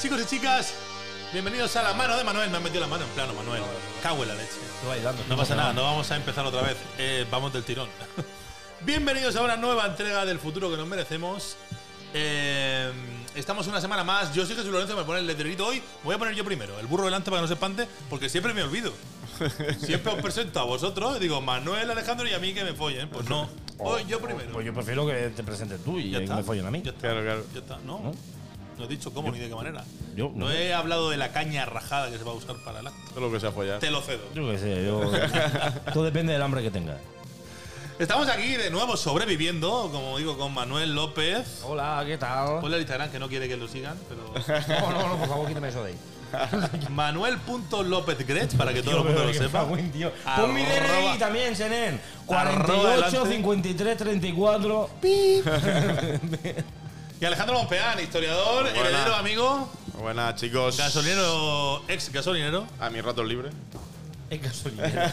Chicos y chicas, bienvenidos a La Mano de Manuel. Me han metido la mano en plano, Manuel. Cago en la leche. Estoy bailando. No pasa nada, no vamos a empezar otra vez. Eh, vamos del tirón. Bienvenidos a una nueva entrega del futuro que nos merecemos. Eh, estamos una semana más. Yo soy Jesús Lorenzo, me pone el letrerito hoy. Voy a poner yo primero, el burro delante para que no se espante, porque siempre me olvido. Siempre os presento a vosotros, digo Manuel, Alejandro y a mí que me follen. Pues no, hoy yo primero. Pues yo prefiero que te presentes tú y Ya que está. me follen a mí. Ya está. Claro, claro. Ya está. No, ¿No? no he dicho cómo ni de qué manera. yo no no. he hablado de la caña rajada que se va a usar para el acto. Todo lo que sea follar. Te lo cedo. Yo qué sé, yo. todo depende del hambre que tengas. Estamos aquí de nuevo sobreviviendo, como digo, con Manuel López. Hola, ¿qué tal? Ponle al Instagram que no quiere que lo sigan, pero. No, no, no, por favor, quítame eso de ahí. Manuel.lópezgretz, para que todo el Tío, mundo pero lo qué sepa. fagüín, tío. Arroba- Pon mi DNI también, Senen. Arroba 48, adelante. 53, 34. Y Alejandro Monpeán, historiador, Buena. heredero, amigo, Buenas, chicos. gasolinero, ex gasolinero. A mis ratos libres. Ex gasolinero.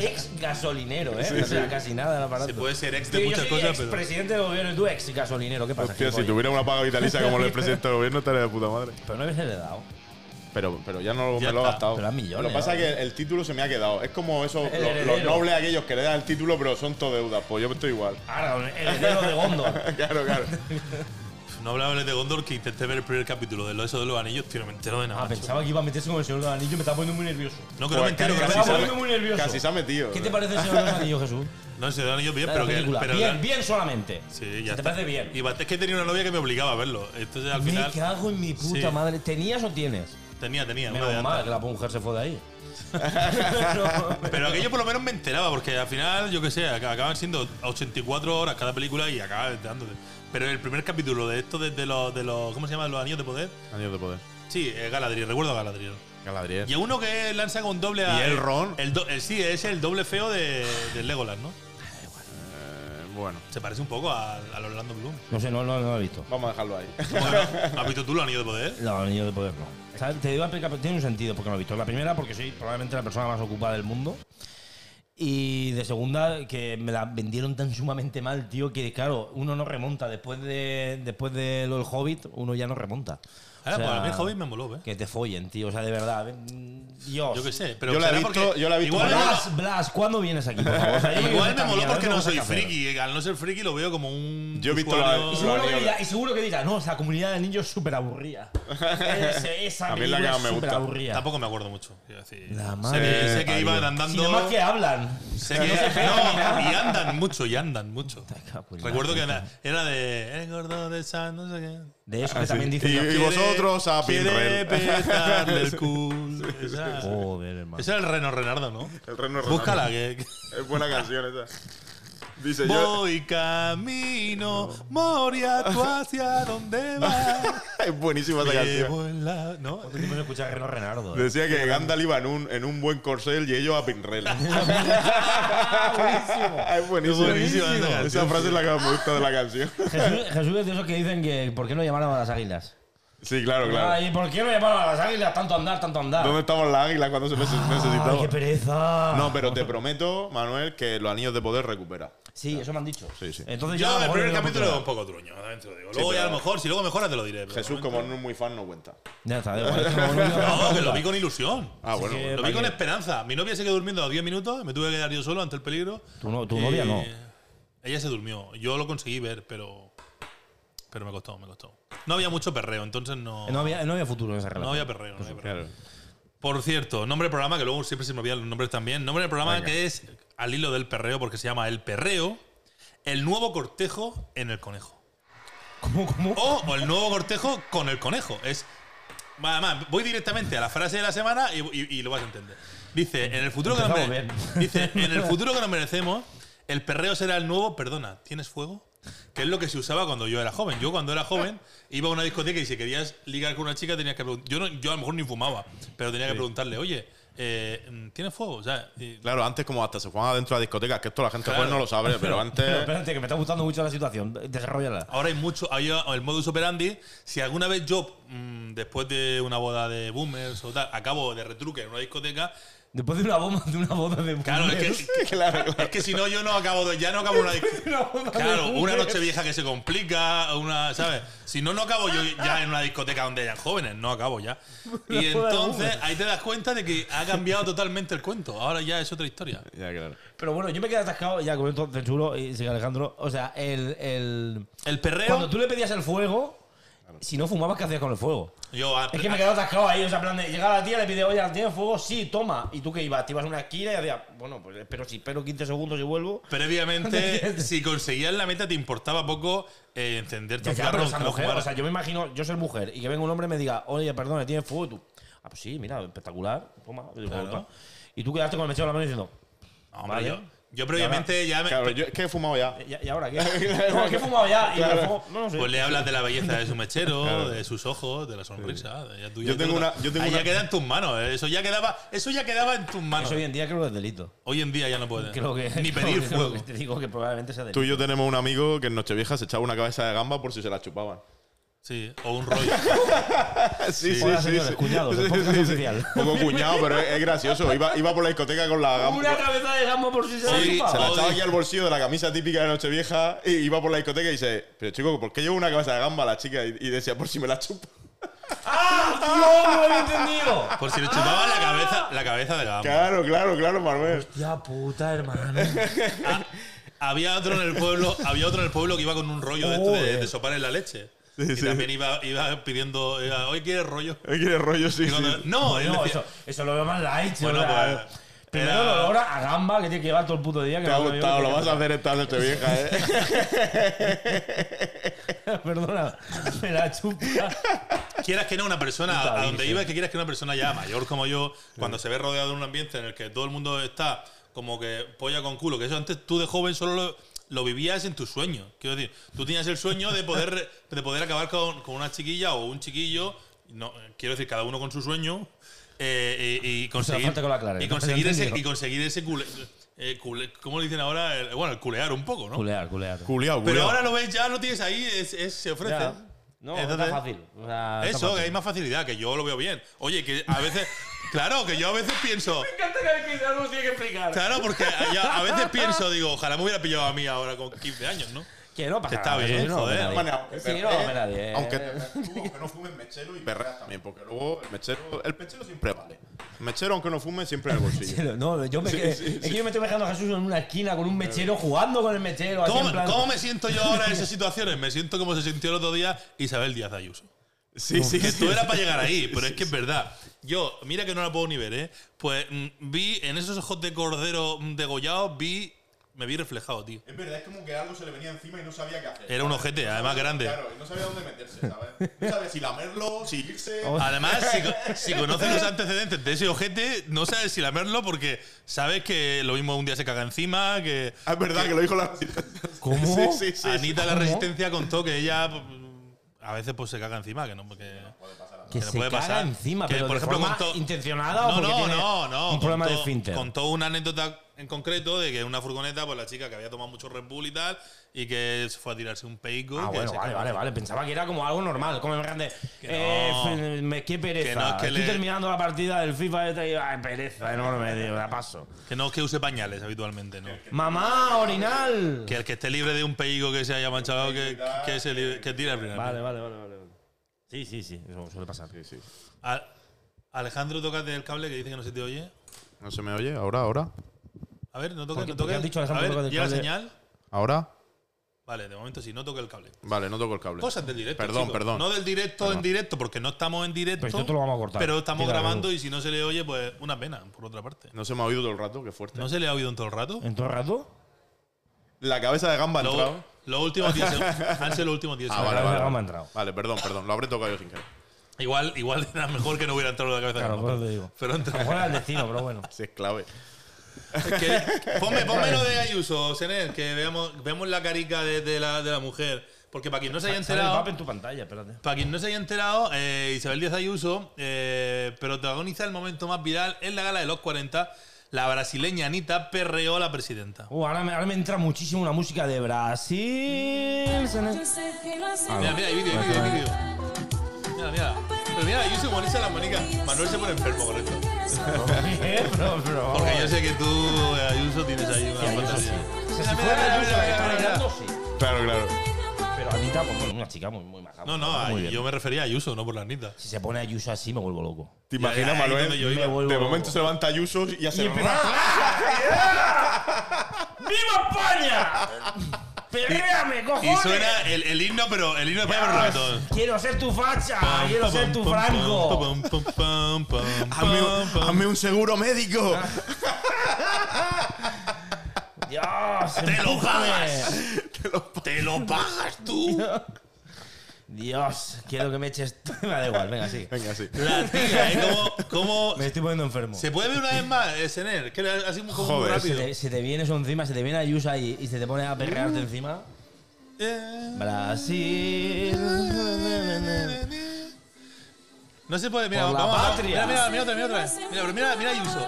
ex gasolinero, ¿eh? o sea, casi nada el aparato. Se puede ser ex de Tío, muchas yo soy cosas, ex pero. presidente del gobierno y tú ex gasolinero. ¿Qué pasa? Hostia, si gilipollas? tuviera una paga vitalicia como el presidente del gobierno, estaría de puta madre. Pero no habías heredado. Pero, pero ya no Ya me lo he está. gastado. Pero a millones, lo que pasa es ¿no? que el título se me ha quedado. Es como esos, El los, heredero. los nobles aquellos que le dan el título, pero son todo deudas. Pues yo estoy igual. Ahora, heredero de Gondor. claro, claro. No hablaba de Gondor que intenté ver el primer capítulo de lo eso de los anillos, tío, no me entero de nada. Ah, macho. pensaba que iba a meterse con el Señor de los Anillos. Me está poniendo muy nervioso. No, que no me Pues entero. que Me no me casi estaba se entero. ha- poniendo muy nervioso. Casi se ha metido. ¿Qué te parece el Señor de los Anillos, Jesús? No, se dan ellos bien, La pero que. película. pero bien, dan- bien solamente. Sí, Si ya te está. parece bien. Y bast- es que tenía una novia que me obligaba a verlo. Entonces al Me final. cago en mi puta Sí. madre. ¿Tenías o tienes? Tenía, tenía. una de Menos mal antes. que la mujer se fue de ahí. Pero aquello por lo menos me enteraba, porque al final, yo qué sé, ac- acaban siendo 84 horas cada película y acabas enterándote. Pero el primer capítulo de esto, de, de los, de los. ¿Cómo se llama? Los anillos de poder. Anillos de poder. Sí, es Galadriel, recuerdo a Galadriel. Galadriel. Y uno que lanza con doble a. ¿Y Elrond? El do- el- sí, es el doble feo de, de Legolas, ¿no? Eh, bueno, Se parece un poco al, al Orlando Bloom. No sé, no, no, no lo he visto. vamos a dejarlo ahí. ¿Has visto tú los anillos de poder? No, anillo de poder no. O sea, Te digo, tiene un sentido porque no lo he visto. La primera, porque soy probablemente la persona más ocupada del mundo. Y de segunda, que me la vendieron tan sumamente mal, tío, que claro, uno no remonta. Después de, después de lo del Hobbit, uno ya no remonta. O Ahora, sea, pues a mí el Hobbit me moló, ¿eh? Que te follen, tío. O sea, de verdad. mm, Dios. Yo qué sé, pero Yo la he será visto- porque yo la he visto igual por me ahí. moló- Blas, Blas, ¿cuándo vienes aquí, por favor? O sea, yo creo Igual que me esta moló mierda porque no no vas a soy hacer. friki. eh, Al no ser friki lo veo como un. Yo he visto usuario- Y la- seguro, Lo que anillo. dirá, y seguro que dirá, no, esa comunidad de niños es súper aburrida. Esa A mí es la película que más es me gusta. súper aburrida. Tampoco me acuerdo mucho. quiero decir. La Sé madre que- que sé que parió. iban Si andando. nomás que hablan. sé que- no, y andan mucho, y andan mucho. cago en la Recuerdo que era, era de. El gordo de San, no sé qué. De Ah, eso que también Y, dicen. y Quiere- vosotros a quiere Pinrel. petarle el culo. Esa- Joder, hermano. Ese era el Reno Renardo, ¿no? El reno Búscala, que. que- Es buena canción esa. Dice yo. Voy camino, Moria, tú hacia dónde vas. Es buenísima esa canción. Llevo en la. ¿No? Tenemos que escuchar a Reno Renardo. eh. Decía que Gandalf iba en un, en un buen corcel y ellos a Pinrel. es buenísimo. Es buenísima esa canción, Esa frase es la que más me gusta de la canción. Jesús, Jesús es de esos que dicen que ¿por qué no llamaron a las águilas? Sí, claro, claro. Ay, ¿por qué no llamaron a las águilas? Tanto andar, tanto andar. ¿Dónde estaban las águilas cuando se neces- Ay, qué necesitaban? pereza. No, pero te prometo, Manuel, que los anillos de poder recupera. Sí, eso me han dicho. Sí, sí. Entonces Yo ya, el joder, primer no capítulo puedo. era un poco truño, también te lo digo. Luego ya a pero- lo mejor, si luego mejora te lo diré. pero Jesús, de como momento- no es muy fan, no cuenta. Ya está, da igual. esto No, que No, eh, lo vi con ilusión. Ah, bueno. que- Lo vi con esperanza. Mi novia se quedó durmiendo a los 10 minutos, me tuve que quedar yo solo ante el peligro. Tu no- tu Y- novia no. Eh, Ella se durmió. Yo lo conseguí ver, pero. Pero me costó, me costó. No había mucho perreo, entonces no. No había, no había futuro en esa no relación. había perreo, no había perreo. Claro. Por cierto, nombre del programa, que luego siempre se me olvidan los nombres también. Nombre del programa Venga. que es al hilo del perreo, porque se llama El Perreo, el nuevo cortejo en el conejo. ¿Cómo, cómo? O, o el nuevo cortejo con el conejo. Es. Además, voy directamente a la frase de la semana y, y- y lo vas a entender. Dice, en el futuro que nos mere- Empezamos bien. dice, en el futuro que nos merecemos, el perreo será el nuevo, perdona, ¿tienes fuego? Que es lo que se usaba cuando yo era joven. Yo cuando era joven iba a una discoteca y si querías ligar con una chica tenías que preguntar. Yo, no- yo a lo mejor ni fumaba, pero tenía que preguntarle, oye, eh, ¿tienes fuego? O sea, y- Claro, antes como hasta se jugaban adentro de discotecas, que esto la gente Claro. joven no lo sabe, eh. pero Pero antes... espérate, que me está gustando mucho la situación. Desarrollala. Ahora hay mucho, hay ah, el modus operandi. Si alguna vez yo, mm, después de una boda de boomers o tal, acabo de retruque en una discoteca, Después de una bomba, de una boda de Claro, es que, claro, es que si no, yo no acabo de- ya no acabo una Una boda discoteca. de Claro, una mujeres. noche vieja que se complica, una, ¿sabes? Si no, no acabo yo ya en una discoteca donde hayan jóvenes, no acabo ya. Y Una boda de entonces mujeres. ahí te das cuenta de que ha cambiado totalmente el cuento. Ahora ya es otra historia. Ya, claro. Pero bueno, yo me quedé atascado, ya comento censuro y sigue Alejandro. O sea, el, el- El perreo. Cuando tú le pedías el fuego, si no fumabas, ¿qué hacías con el fuego? Yo, ah, a- Es que me he quedado atascado ahí, o sea, en plan de llega la tía, le pide, oye, ¿tienes fuego? Sí, toma. Y tú que ibas, te ibas a una esquina y hacías, bueno, pues espero, si espero 15 segundos y vuelvo. Previamente, si conseguías la meta, te importaba poco eh, encenderte Ya, un ya, carro pero o esa mujer, o sea, yo me imagino, yo ser mujer y que venga un hombre y me diga, oye, perdona, ¿tienes fuego? Y tú, ah, pues sí, mira, espectacular, toma. Y, yo, Claro. "Opa". Y tú quedaste con el mechero en la mano diciendo, Hombre, vale. yo, yo previamente ya, me- Claro, yo es que he fumado ya. "Eh, "¿Y- ¿y ahora qué? Claro, que he fumado ya. Y Claro. me lo fumo. no, no sé. Pues le hablas de la belleza de su mechero, de sus ojos, de la sonrisa. de- ya tú ya Yo tengo todo- una- yo tengo Ahí ya una- queda en tus manos. eh, Eso ya quedaba, eso ya quedaba en tus manos. Eso hoy en día creo que es delito. Hoy en día ya no puedes. Creo que, Ni pedir creo que- fuego. Te digo que probablemente sea delito. Tú y yo tenemos un amigo que en Nochevieja se echaba una cabeza de gamba por si se la chupaban. Sí, o un rollo. Sí, Hola, señores, cuñados, el podcast oficial. Como cuñado, pero es, es gracioso. Iba, iba por la discoteca con la gamba. Una cabeza de gamo por si Sí, se la Se chupa. la echaba Odio. aquí al bolsillo de la camisa típica de Nochevieja y iba por la discoteca y dice, pero chico, ¿por qué llevo una cabeza de gamba a la chica? Y, y decía, por si me la chupa. ¡Ah, tío! ¡No lo había entendido! Por si le chupaban la cabeza, la cabeza de gamba. Claro, claro, claro, Manuel. Ya puta, hermano. Ah, había otro en el pueblo, había otro en el pueblo que iba con un rollo de, esto de, Joder. de sopar en la leche. Sí, y sí. también iba, iba pidiendo, iba, hoy quieres rollo. ¿Qué rollo? Sí, Y sí. cuando- no, él No, decía- eso, eso lo veo más light. Bueno, o sea, pues, Primero era- lo logra a gamba que tiene que llevar todo el puto día. Que Te ha no lo veo, gustado, que- lo vas a hacer esta Nochevieja, ¿eh? Perdona, me la chupa. quieras que no una persona Puta a donde virgen. iba es que quieras que una persona ya mayor como yo cuando se ve rodeado de un ambiente en el que todo el mundo está como que polla con culo que eso antes tú de joven solo lo, lo vivías en tus sueños quiero decir tú tenías el sueño de poder de poder acabar con, con una chiquilla o un chiquillo no quiero decir cada uno con su sueño eh, y, y conseguir falta que lo aclares, y no conseguir te he ese entendido. y conseguir ese cule, eh, cule- cómo le dicen ahora El- bueno el culear un poco no Culear, culear. Culiao, pero culiao. ahora lo ves ya lo tienes ahí es- es- se ofrece Ya. No, ¿eh? Entonces- está fácil. o sea, está eso, eh. que fácil. hay más facilidad, que yo lo veo bien. Oye, que a veces. Claro, que yo a veces pienso. Me encanta que el algo tiene que explicar. Claro, porque yo a veces pienso, digo, ojalá me hubiera pillado a mí ahora con 15 años, ¿no? Que no pasa Que está nada, bien, eso no lo ve joder. nadie. Bueno, Sí, eh, no lo ve nadie. eh. Aunque aunque no fumes mechero y perreas también, porque luego el mechero, el mechero siempre vale. El mechero, aunque no fume, siempre en el bolsillo. No, yo me quedé- es que yo me estoy dejando a Jesús en una esquina con un mechero jugando con el mechero. así ¿Cómo, en plan- cómo me siento yo ahora en esas situaciones? Me siento como se sintió el otro día Isabel Díaz Ayuso. Sí, sí, Que sí. tú era para llegar ahí, pero es que es verdad. Yo, mira que no la puedo ni ver, ¿eh? Pues mm, vi en esos ojos de cordero mm, degollado, vi. Me vi reflejado, tío. Es verdad, es como que algo se le venía encima y no sabía qué hacer. Era un ojete, además grande. Claro, y no sabía dónde meterse, ¿sabes? No sabía si lamerlo, si irse. Además, si, co- si conoces los antecedentes de ese ojete, no sabes si lamerlo porque sabes que lo mismo un día se caga encima, que Ah, es verdad que lo dijo la. ¿Cómo? Sí, sí, sí. Anita la ¿Cómo? Resistencia contó que ella pues, a veces pues se caga encima, que no porque Que que se puede caga pasar. encima, Que, pero por de ejemplo, forma contó- intencionada o No, porque no, tiene no, no. un problema de contó- esfínter. Contó una anécdota en concreto de que en una furgoneta, pues la chica que había tomado mucho Red Bull y tal, y que se fue a tirarse un peico. Ah, que bueno, se vale, cagó. vale, vale. Pensaba que era como algo normal, como en grande. Eh, no. f- me, qué pereza. Que no, es que Estoy le- terminando la partida del FIFA esta y ay, pereza enorme, tío, la paso. Que no es que use pañales habitualmente, ¿no? Mamá, orinal. Que el que esté libre de un peico que se haya manchado, que, que, se libre- que tire el primer. Vale, vale, vale, vale. vale. Sí, sí, sí, eso suele pasar. Al- Alejandro, toca el cable que dice que no se te oye. ¿No se me oye? ¿Ahora, ahora? A ver, no ¿Por toques, qué- no por qué toques. has dicho a Alejandro, toca ver, el llega la cable? señal. ¿Ahora? Vale, de momento sí, no toque el cable. Vale, no toco el cable. Cosas del directo. Perdón, chicos. perdón. No del directo en directo, porque no estamos en directo. Pero esto te lo vamos a cortar. Pero estamos Tira, grabando y si no se le oye, pues una pena, por otra parte. No se me ha oído todo el rato, qué fuerte. ¿No se le ha oído en todo el rato? ¿En todo el rato? La cabeza de gamba ha Lo- entrado. Los últimos 10 segundos. Han sido los últimos 10 Ah, segundos. vale, vale. Me ha entrado. Vale, perdón, perdón. Lo habré tocado yo sin querer. Igual, igual era mejor que no hubiera entrado la cabeza. de Claro, Gamba. por eso te digo. Pero A lo entra. mejor era el destino, pero bueno. Si es clave. Que- ponme, ponme lo de Ayuso, Sener, que veamos, veamos la carica de, de la, de la mujer. Porque para quien no se haya Sale el enterado. pap en tu pantalla, espérate. Para quien no se haya enterado, eh, Isabel Díaz Ayuso eh, protagoniza el momento más viral en la gala de los 40. La brasileña Anita perreó a la presidenta. Uh, ahora, me, ahora me entra muchísimo una música de Brasil. se me- Ah. Ah, Mira, mira, hay vídeo, hay vídeo, hay vídeo. Mira, mira. Pero mira, yo se molesta la manica. Manuel se pone enfermo con esto. Pero, pero, Porque yo sé que tú, eh, Ayuso, tienes ahí una Ayuso, fantasía. sí. O Mira, sea, si mira, fuera mira, Ayuso mira, la que está mira, bailando, mira. sí. Claro, claro. Pero Anita, pues bueno, una chica muy, muy maja. No, no, muy ay, bien. yo me refería a Ayuso, no por la nita. Si se pone Ayuso así, me vuelvo loco. ¿Te Ya, imaginas, ya, ahí donde yo Manuel? iba. Me vuelvo De loco. momento se levanta Ayuso y hace. "Ah, Y empieza- ¡Viva España! ¡Peleame, cojones! Y suena el, el himno, pero el himno de España, pero reggaetón. Quiero ser tu facha, quiero ser tu Pam, pam, franco. pam, pam, pam, pam, Hazme, pam, pam. hazme un seguro médico. Dios, ¡Te lo pagas! empújame. ¡Te lo pagas tú! Dios, quiero que me eches. me da igual, venga, sí. Venga, sí. La tía, ¿eh? ¿Cómo, cómo Me estoy poniendo enfermo. ¿Se puede ver una vez más, eh, Sener? Que era así muy, como muy Joder, se, rápido. te, se te viene eso encima, se te viene Ayusa y, y se te pone a perrearte encima. Eh, Brasil. No se puede, mira, Por la vamos, vamos. Mira, patria. mira, mira otra, mira otra. vez. Mira, pero mira, mira Ayuso.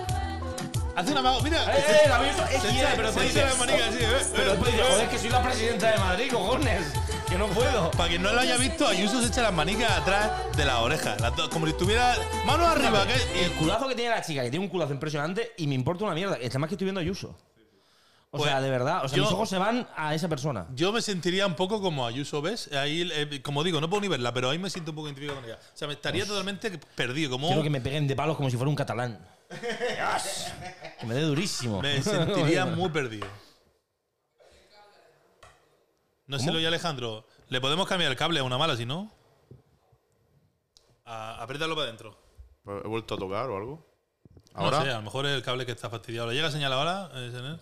Hace una mago, mira. ¡Eh, eh, la Ayuso es Se quién! echa- pero Se se echa la echa- manica así, eh, Pero eh, después dice, eh. joder, que soy la presidenta de Madrid, cojones. Que no puedo. Para quien no lo haya visto, Ayuso se echa las manicas atrás de la oreja. las dos, como si tuviera mano arriba. que- El culazo que tiene la chica, que tiene un culazo impresionante y me importa una mierda. Está más que estoy viendo a Ayuso. O Pues, sea, de verdad. O sea, yo- mis ojos se van a esa persona. Yo me sentiría un poco como Ayuso, ¿ves? Ahí, eh, como digo, no puedo ni verla, pero ahí me siento un poco identificado con ella. O sea, me estaría totalmente perdido. Como Quiero que me peguen de palos como si fuera un catalán. Dios. Que me dé durísimo. Me sentiría muy perdido. No sé ¿Cómo? lo oye Alejandro. Le podemos cambiar el cable a una mala, si no. A- apriétalo para adentro. Pues, ¿He vuelto a tocar o algo? Ahora. ¿Ahora? No sé, a lo mejor es el cable que está fastidiado. ¿Le llega a señal ahora? eh, Sener?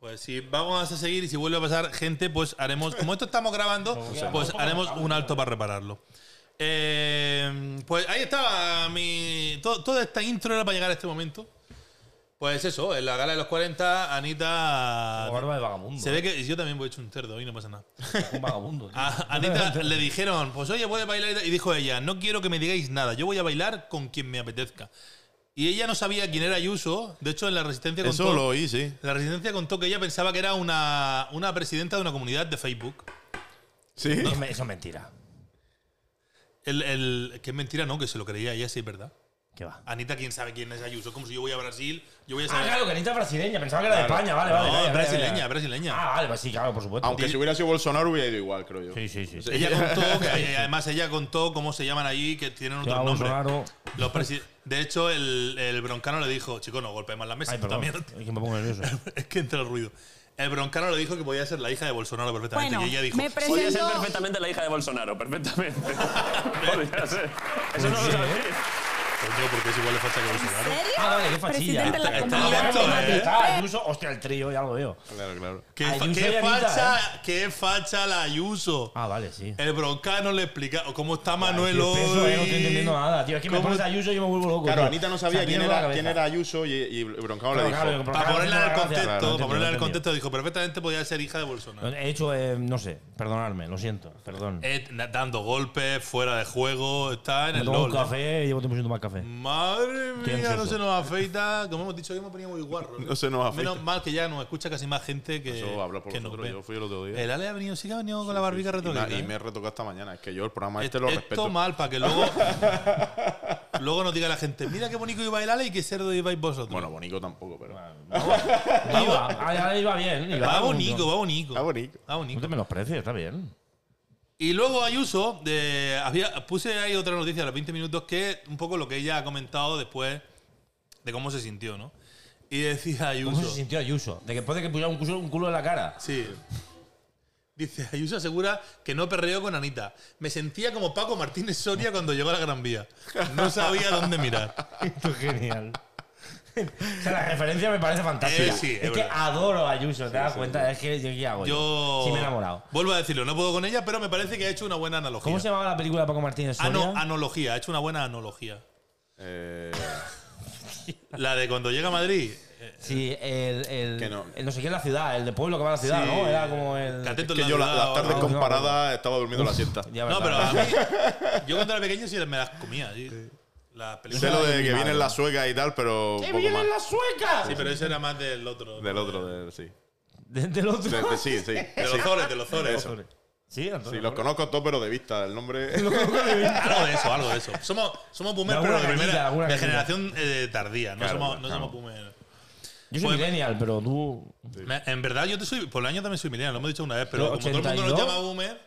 Pues si vamos a seguir y si vuelve a pasar gente, pues haremos. Como esto estamos grabando, pues haremos un alto para repararlo. Eh, pues ahí estaba mi. to- toda esta intro era para llegar a este momento. Pues eso, en la gala de los 40, Anita. Como barba de vagabundo. Se ve que yo también voy hecho un cerdo y no pasa nada. Un vagabundo. tío. A Anita le dijeron, pues oye, puedes bailar. y tal. Y dijo ella, no quiero que me digáis nada, yo voy a bailar con quien me apetezca. Y ella no sabía quién era Ayuso. De hecho, en la Resistencia contó, Eso lo oí, sí. la Resistencia contó que ella pensaba que era una, una presidenta de una comunidad de Facebook. ¿Sí? Eso me- eso es mentira. El, el- que es mentira, no, que se lo creía ella, sí, es verdad. ¿Qué va? Anita, ¿quién sabe quién es Ayuso? Como si yo voy a Brasil, yo voy a Ah, saber. claro, que Anita es brasileña. Pensaba que era de Claro. España. Vale, No, vale. vale, es vale, brasileña, es vale. brasileña. Ah, vale, pues sí, claro, por supuesto. Aunque si hubiera sido Bolsonaro hubiera ido igual, creo yo. Sí, sí, sí. sí. Ella contó, que, y además ella contó cómo se llaman allí, que tienen otro Lleva nombre. Bolsonaro. Los presi- de hecho, el, el broncano le dijo, chico, no golpees más la mesa. Ay, perdón. también, Es que me pongo nervioso. es que entra el ruido. El broncano le dijo que podía ser la hija de Bolsonaro perfectamente. Bueno, y ella dijo, me Podría ser presento. perfectamente la hija de Bolsonaro, perfectamente. Podría ser. Eso no lo sabéis. coño, porque es igual de falsa que ¿En Bolsonaro. serio? Ah, vale, qué fachilla. Presidente de la Está- está Comunidad lento, Democrática. eh. Está Ayuso, hostia, el trío, ya lo veo. Claro, claro. Qué, fa- qué Ayuso y Anita, facha, qué facha la Ayuso. Ah, vale, sí. El broncano le explica o cómo está Ay, Manuel tío, hoy. peso, eh, no estoy entendiendo nada, tío. Es que me ¿Cómo- pones Ayuso y yo me vuelvo loco. Claro, tío. Anita no O sabía sea, quién pierdo la era, cabeza. quién era Ayuso y, y Broncano Claro, le dijo. claro, Para ponerla en el Claro, contexto, para claro, ponerla en el entendido, contexto, dijo, perfectamente podía ser hija de Bolsonaro. He hecho, eh, no sé, perdonarme, lo siento, perdón. Eh, dando golpes, fuera de juego, está en me el LOL. ¿eh? tomo Mm. un café y llevo tiempo siendo más café. Madre ¿Quién mía, es no eso? se nos afeita. Como hemos dicho, que hemos venido muy guarros. No se nos afeita. Menos mal que ya nos escucha casi más gente que. Eso habla por que nos nosotros. ve. Yo fui el otro día. El Ale ha venido, sí que ha venido con la barbica Y na- retorcida. Y, ¿eh? E-, me retocó esta mañana. Es que yo el programa Esto este lo respeto. mal, para que luego. luego nos diga la gente, mira qué bonito iba el Ale y qué cerdo ibais vosotros. Bueno, Bonico tampoco, pero. Iba, ah, iba bien. Iba, va bonito, va bonito. Va bonito. Va No te bonito. menosprecies, está bien. Y luego Ayuso, de, había, puse ahí otra noticia a los 20 minutos que es un poco lo que ella ha comentado después de cómo se sintió, ¿no? Y decía Ayuso. ¿Cómo se sintió Ayuso? De que después de que pusiera un culo, un culo en la cara. Sí. Dice, Ayuso asegura que no perreo con Anita. Me sentía como Paco Martínez Soria cuando llegó a la Gran Vía. No sabía dónde mirar. Esto es genial. o sea, la referencia me parece fantástica. Eh, sí, es es que verdad. adoro a Ayuso, ¿te das cuenta? Es que yo qué hago. Yo... Sí, me he enamorado. Vuelvo a decirlo, no puedo con ella, pero me parece que ha hecho una buena analogía. ¿Cómo se llamaba la película de Paco Martínez Soria? Ano- analogía, ha hecho una buena analogía. Eh, La de cuando llega a Madrid. eh, Sí, el, el, Que no. el no sé qué es la ciudad, el de pueblo que va a la ciudad, Sí. ¿no? Era como el. Que atento que la yo la- ciudad, las tardes no, ahora. con- comparadas estaba durmiendo la siesta. Ya, No, verdad. pero a mí. Yo cuando era pequeño sí me las comía. sí. Las Sé películas. lo de Mi que madre. vienen las suecas y tal, pero. un poco más. las suecas! Sí, pero eso era más del otro. Del otro, del- sí. Del otro. De- de- sí, sí. De los sí. Zores, de los Zores. Eso. Sí, Sí, Antonio. los conozco todos, pero de vista. El nombre. Algo de eso, algo de eso. Somos, somos boomers, De pero de alguna primera. gatita, alguna De gatita. generación eh, tardía. No Claro, somos, no claro. somos boomers. Yo soy Pues- millennial, pero tú. Me- En verdad, yo te soy. Por el año también soy millennial, lo hemos dicho una vez, pero Yo, como todo el mundo nos 82. llama boomer,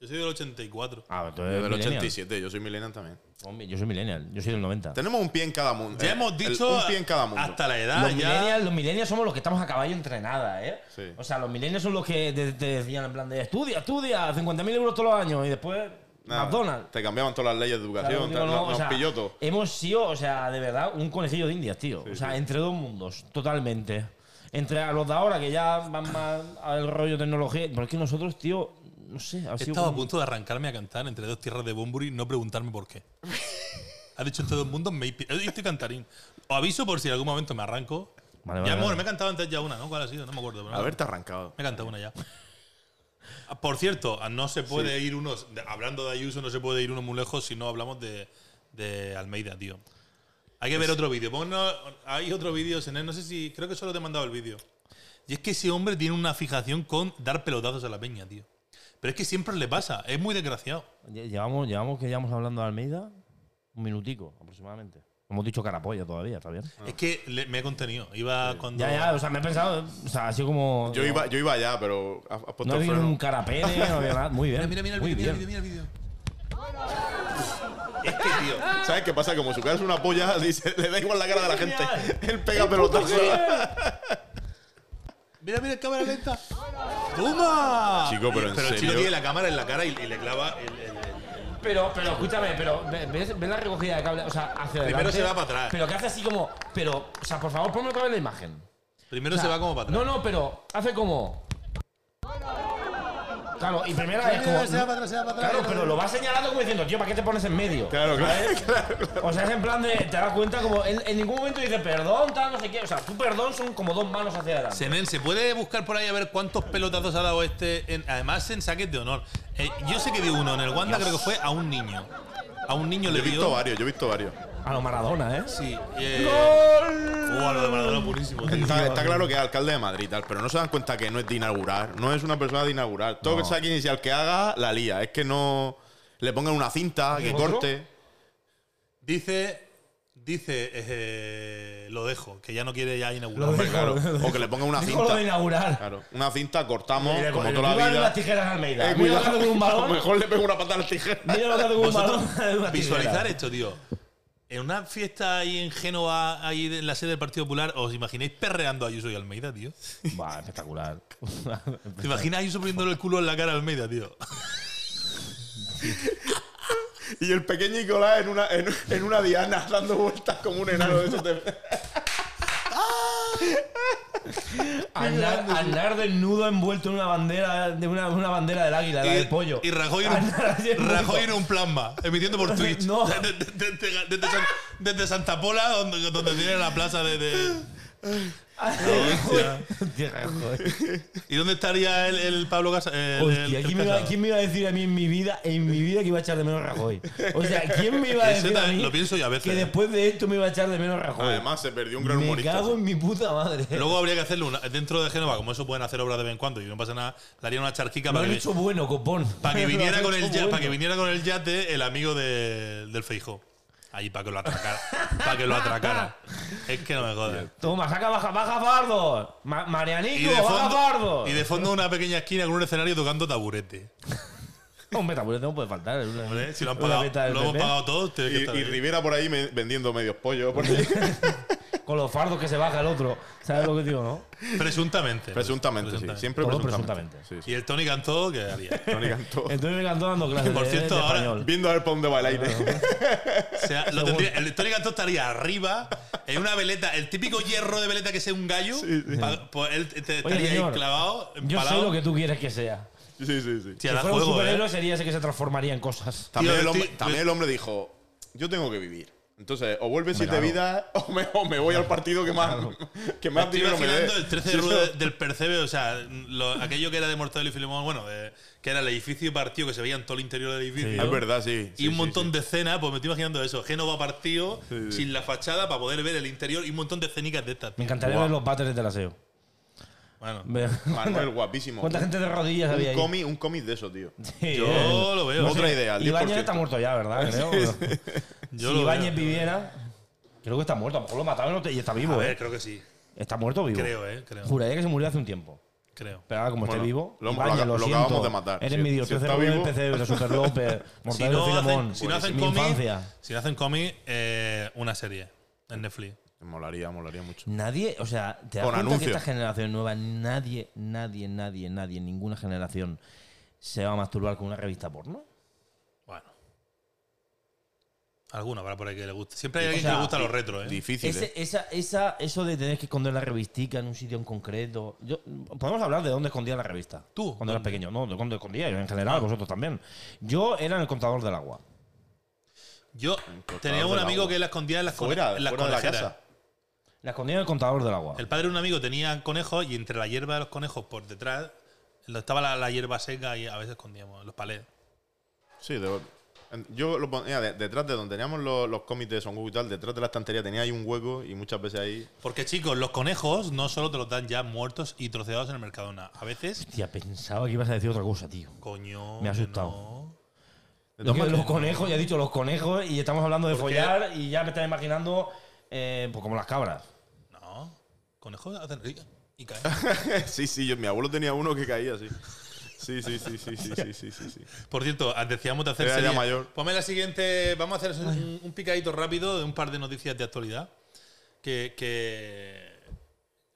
yo soy del 84. Ah, pero tú Yo eres del millennial. 87, yo soy millennial también. Hombre, yo soy millennial, yo soy del 90. Tenemos un pie en cada mundo. Ya eh, hemos el- dicho un pie en cada mundo. hasta la edad Los ya. millennials, los millennials somos los que estamos a caballo entre nada, ¿eh? Sí. O sea, los millennials son los que te, te decían en plan de estudia, estudia, 50.000 euros todos los años y después Nada, McDonald's. Te cambiaban todas las leyes de Claro, educación, digo, tal, no, nos, o nos sea, pilló todo. Hemos sido, o sea, de verdad, un conejillo de indias, tío. o sea, entre dos mundos, totalmente. Entre a los de ahora que ya van más al rollo tecnología. Pero es que nosotros, tío, no sé, ha He sido. estado a como- punto de arrancarme a cantar entre dos tierras de Bunbury y no preguntarme por qué. Ha dicho entre dos mundos, me inspira- Yo estoy cantarín. Os aviso por si en algún momento me arranco. Vale, vale, ya, bueno, vale. me he cantado antes ya una, ¿no? ¿Cuál ha sido? No me acuerdo. pero- Haberte arrancado. Me he cantado una ya. Ah, Por cierto, ah, no se puede ir unos. de- Hablando de Ayuso, no se puede ir uno muy lejos si no hablamos de, de Almeida, tío. Hay que ver otro vídeo. Ponnos- Hay otro vídeo, Senén, no sé si. Creo que solo te he mandado el vídeo. Y es que ese hombre tiene una fijación con dar pelotazos a la peña, tío. Pero es que siempre le pasa. Es muy desgraciado. Lle- Llevamos, llevamos que llevamos hablando de Almeida un minutico aproximadamente. No Hemos dicho carapolla todavía, ¿está bien? Es que le- me he contenido. Iba cuando. Ya, ya, o sea, me he pensado, o sea, así como. Yo iba, yo iba allá, pero has has puesto No el había freno. un carapene, no había nada. Muy bien. Mira, mira, mira el muy vídeo, mira el bien. vídeo, mira el vídeo. Es que, Este tío. ¿Sabes qué pasa? Como su cara es una polla, dice, le da igual la cara de la gente. Genial. Él pega pelotazo. Mira, mira, cámara lenta. ¡Toma! Chico, pero en Pero el serio. chico tiene la cámara en la cara y, y le clava el. el- el- Pero, pero escúchame, pero ve- ves, ves la recogida de cable, o sea, hacia Primero adelante, se va para atrás. Pero que hace así como, pero, o sea, por favor, ponme otra vez la imagen. Primero O sea, se va como para atrás. No, no, pero hace como. Claro, y primero Mira, es como. mira, se va para atrás, se va para atrás. Claro, pero lo va señalando como diciendo, tío, ¿para qué te pones en medio? Claro, claro. O sea, es en plan de, te das cuenta como en, en ningún momento dice perdón, tal, no sé qué. O sea, tu perdón son como dos manos hacia adelante. Senen, ¿se puede buscar por ahí a ver cuántos pelotazos ha dado este? en- además, en saques de honor. Eh, yo sé que dio uno en el Wanda, creo que fue a un niño. A un niño Yo le he dio. visto varios, yo he visto varios. A lo Maradona, ¿eh? Sí. eh, ¡Gol! uh, a lo de Maradona purísimo, tío. Está, está claro que es alcalde de Madrid, y tal, pero no se dan cuenta que no es de inaugurar, no es una persona de inaugurar. Todo que saque inicial que haga, la lía. Es que no le pongan una cinta, que otro? corte. Dice. Dice. eh, lo dejo, que ya no quiere ya inaugurar. Lo Hombre, dejo. claro. O que le pongan una Dijo lo de cinta. inaugurar. Claro. Una cinta, cortamos, Mira, como coño, toda la cuidado de vida. las tijeras Almeida. Eh, Mira lo que hace cuidado, con un a lo balón. mejor le pego una patada al tijera. Mira lo que hace con un Vosotros balón. de una tijera. visualizar esto, tío. En una fiesta ahí en Génova, ahí en la sede del Partido Popular, ¿os imagináis perreando a Ayuso y Almeida, tío? Buah, espectacular. ¿Te imaginas a Ayuso poniéndole el culo en la cara a Almeida, tío? Y el pequeño Nicolás en una, en, en una diana dando vueltas como un enano de esos. de- Aznar, Aznar desnudo envuelto en una bandera, de una, una bandera del águila, la del pollo. Y Rajoy en un, Andar así en Rajoy en moto. un plasma, emitiendo por Twitch. No. Desde, desde- desde San- desde Santa Pola, donde, donde tiene la plaza de. de- Hostia. Hostia, joder. ¿Y dónde estaría el, el Pablo Casas? Hostia, ¿quién me, iba, quién me iba a decir a mí en mi vida, en mi vida que iba a echar de menos a Rajoy? O sea, ¿quién me iba a Eso decir a también mí lo pienso yo a veces, que eh. después de esto me iba a echar de menos a Rajoy? Además, se perdió un gran me humorista. cago en mi puta madre. Luego habría que hacerle una. Dentro de Génova, como eso pueden hacer obras de vez en cuando y no pasa nada, le haría una charquica Lo para han que. hecho bueno, copón. Para que, Lo han viniera con el hecho ya- bueno. para que viniera con el yate el amigo de- del Feijo. Ahí para que lo atracara. para que lo atracara. Es que no me jodas. Toma, saca baja, baja fardo. Ma- Marianico, baja fondo, fardo. y de fondo una pequeña esquina con un escenario tocando taburete. Hombre, tampoco no puede faltar. es una- Hombre, Si lo han una pagado, fiesta del lo hemos PP. pagado todos. tiene que Y, estar y ahí. Rivera por ahí me- vendiendo medios pollos. por ahí. Con los fardos que se baja el otro. ¿Sabes lo que digo, no? presuntamente. presuntamente, sí. Siempre Todo presuntamente. presuntamente. Y el Tony cantó que haría. Sí, sí. Tony Cantó. Entonces me encantó dando clases Por de- cierto, de ahora- español. Viendo a ver para dónde va el aire. O sea, lo tendría- el Tony Cantó estaría arriba en una veleta, el típico hierro de veleta que sea un gallo. pa- pues él te- te Oye, estaría ahí señor, clavado, Yo empalado. sé lo que tú quieres que sea. Sí, sí, sí. Hostia, Si da fuera un juego, ¿eh? superhéroe sería ese que se transformaría en cosas. Tío, También, el el hombre, tío- también el hombre dijo, yo tengo que vivir. Entonces, o vuelve siete claro. vidas o me, o me voy al partido que más, que más Estoy dinero me dé. imaginando el 13 de Sí, rueda sí. del Percebe, o sea, lo- aquello que era de Mortadelo y Filemón, bueno, de- que era el edificio partido, que se veía en todo el interior del edificio. Ah, Es verdad, sí. Y un montón de escenas, pues me estoy imaginando eso. Génova partido, sin la fachada, para poder ver el interior y un montón de escenicas de estas. Me encantaría Guau. ver los váteres del aseo. Bueno, Ve- Manuel, guapísimo. ¿Cuánta gente de rodillas había un ahí? cómic, un cómic de eso, tío. Sí, Yo eh. lo veo. Otra idea, el Ibáñez 10%. está muerto ya, ¿verdad? Creo. Yo si lo Ibáñez veo. viviera, creo que está muerto. A lo mejor lo mataron y no te- y está vivo, A ver, ¿eh? creo que sí. Está muerto o vivo. Creo, eh. Creo. Juraría que se murió hace un tiempo. creo. Pero ahora, como Bueno, esté vivo, lo- lo Ibáñez, acab- lo, lo siento. acabamos de matar. Eres Si- mi dios. si Tercer está Rubén, vivo- PC, pero Super López, Si Mortal no, hacen, Filemón. si no hacen mi cómic, infancia. si no hacen cómic, eh, una serie en Netflix. Molaría, molaría mucho. Nadie, o sea, te das Con cuenta anuncio. que esta generación nueva, nadie, nadie, nadie, nadie, ninguna generación se va a masturbar con una revista porno. Bueno. Alguno habrá por ahí que le guste. Siempre hay alguien sea, que le gusta los retros, ¿eh? Difícil, Ese- ¿eh? esa, esa, eso de tener que esconder la revistica en un sitio en concreto. Yo- podemos hablar de dónde escondía la revista. ¿Tú? Cuando eras pequeño. No, de cuándo escondía, yo en general, vosotros también. Yo era en el contador del agua. Yo Encostados tenía un del amigo agua. que la escondía en las, cone- Fuera, en las fuera de la conejeras. casa. La escondía en el contador del agua. El padre de un amigo tenía conejos y entre la hierba de los conejos por detrás lo- estaba la, la hierba seca y a veces escondíamos los palés. Sí, de- en- yo lo ponía de- detrás de donde teníamos los, los cómics de Son Goku y tal, detrás de la estantería tenía ahí un hueco y muchas veces ahí. Porque chicos, los conejos no solo te los dan ya muertos y troceados en el Mercadona. A veces, Hostia, pensaba que ibas a decir otra cosa, tío. coño. Me ha que asustado. no. Lo que- los conejos, ya he dicho los conejos, y estamos hablando de follar, y ya me estás imaginando eh, pues como las cabras. No. Conejos hacen. Y caen. sí, sí, yo, mi abuelo tenía uno que caía así. Sí, sí, sí, sí, sí, sí, sí, sí, sí. Por cierto, ah, decíamos de hacer. Era ya serie. mayor. Ponme la siguiente. Vamos a hacer un, un picadito rápido de un par de noticias de actualidad. Que, que-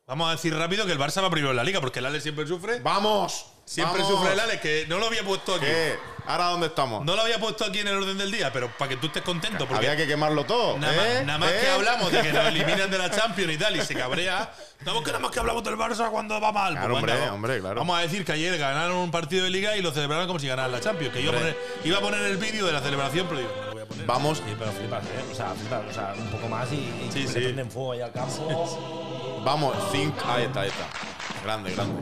Vamos a decir rápido que el Barça va primero en la liga, porque el Ale siempre sufre. ¡Vamos! Siempre ¡Vamos! sufre el Ale, que no lo había puesto aquí. ¿Qué? ¿Ahora dónde estamos? No lo había puesto aquí en el orden del día, pero para que tú estés contento. Porque Había que quemarlo todo. Nada, ¿eh? más, nada más ¿eh? que hablamos de que nos eliminan de la Champions y tal, y se cabrea. Estamos que nada más que hablamos del Barça cuando va mal. Pues Claro, hombre, hombre, claro. Vamos a decir que ayer ganaron un partido de liga y lo celebraron como si ganaran la Champions. Que yo iba a poner- iba a poner el vídeo de la celebración, pero digo, no lo voy a poner. Vamos, Sí, pero flipas, ¿eh? O sea, flipas, o sea, un poco más y, y Sí, se sí. prenden fuego ahí al campo. vamos, cinco. Ahí está, ahí está. Grande, grande.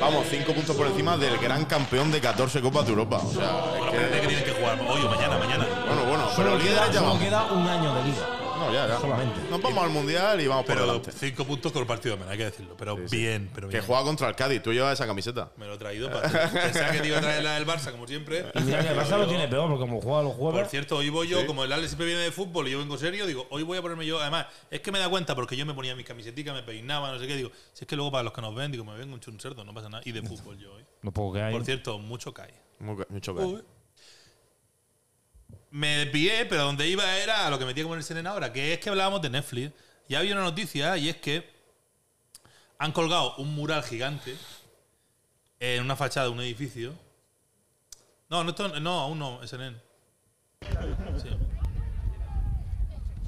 Vamos, cinco puntos por encima del gran campeón de 14 Copas de Europa. O sea, Bueno, es espérate que que. tienen que jugar hoy o mañana, mañana. Bueno, bueno, pero Solo, líderes queda, ya solo vamos. queda un año de liga. No, ya, ya. Solamente. Nos vamos al mundial y vamos por Pero delante. cinco puntos con el partido menos, hay que decirlo. Pero bien, pero Que bien. juega contra el Cádiz. Tú llevas esa camiseta. Me lo he traído para Pensaba que te iba a traer la del Barça, como siempre. Y mira que el Barça lo tiene peor, porque como juega los Por jueves. cierto, hoy voy yo, como el Ale siempre viene de fútbol y yo vengo serio, digo, hoy voy a ponerme yo. Además, es que me da cuenta porque yo me ponía mis camiseticas, me peinaba, no sé qué. Digo, si es que luego para los que nos ven, digo, me vengo un chuncerdo, no pasa nada. Y de fútbol yo hoy. Lo poco que hay. Por cierto, mucho cae. Muy ca- Mucho Uy. Me desvié, pero donde iba era a lo que me tiene que poner Serena ahora, que es que hablábamos de Netflix. Y había una noticia y es que han colgado un mural gigante en una fachada de un edificio. No, no, esto- no aún no, SNN. Sí.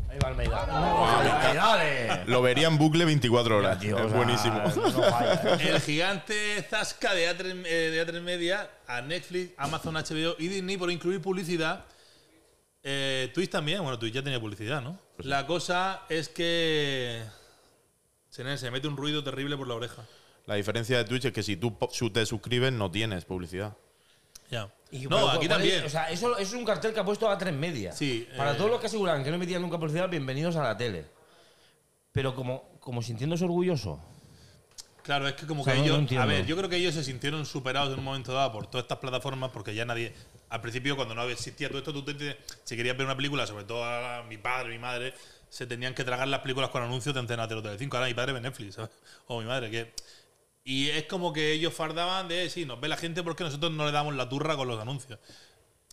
Ahí va Almeida. Ah, ¡Dale! Lo vería en bucle 24 horas. Tío, o es sea, buenísimo. no falla, ¿eh? El gigante Zasca de A3, eh, de A3 Media a Netflix, Amazon, HBO y Disney por incluir publicidad. Eh, Twitch también, bueno, Twitch ya tenía publicidad, ¿no? La cosa es que. Se, se mete un ruido terrible por la oreja. La diferencia de Twitch es que si tú po- su- te suscribes no tienes publicidad. Ya. Y- pero, no, aquí ¿cuál es? también. O sea, eso, eso es un cartel que ha puesto a tres media. Sí, Para eh. todos los que aseguran que no metían nunca publicidad, bienvenidos a la tele. Pero como, como sintiéndose orgulloso. Claro, es que como O sea, que no- no ellos. a entiendo. ver, yo creo que ellos se sintieron superados en un momento dado por todas estas plataformas porque ya nadie. Al principio, cuando no existía todo esto, tú te- si querías ver una película, sobre todo a mi padre, mi madre, se tenían que tragar las películas con anuncios de Antena 0 Telecinco. Ahora mi padre ve Netflix, ¿sabes? O mi madre, que. Y es como que ellos fardaban de, sí, nos ve la gente porque nosotros no le damos la turra con los anuncios.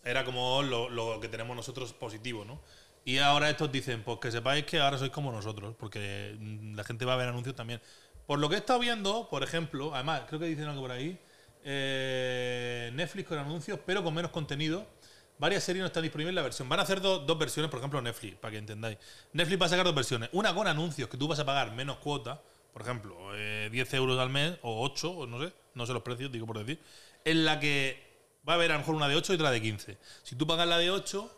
Era como lo, lo que tenemos nosotros positivo, ¿no? Y ahora estos dicen, pues que sepáis que ahora sois como nosotros, porque mm, la gente va a ver anuncios también. Por lo que he estado viendo, por ejemplo, además, creo que dicen algo por ahí, eh, Netflix con anuncios, pero con menos contenido. Varias series no están disponibles en la versión. Van a hacer do- dos versiones, por ejemplo, Netflix, para que entendáis. Netflix va a sacar dos versiones. Una con anuncios, que tú vas a pagar menos cuota, por ejemplo, eh, 10 euros al mes, o 8, o no sé, no sé los precios, digo por decir, en la que va a haber a lo mejor una de 8 y otra de 15. Si tú pagas la de 8,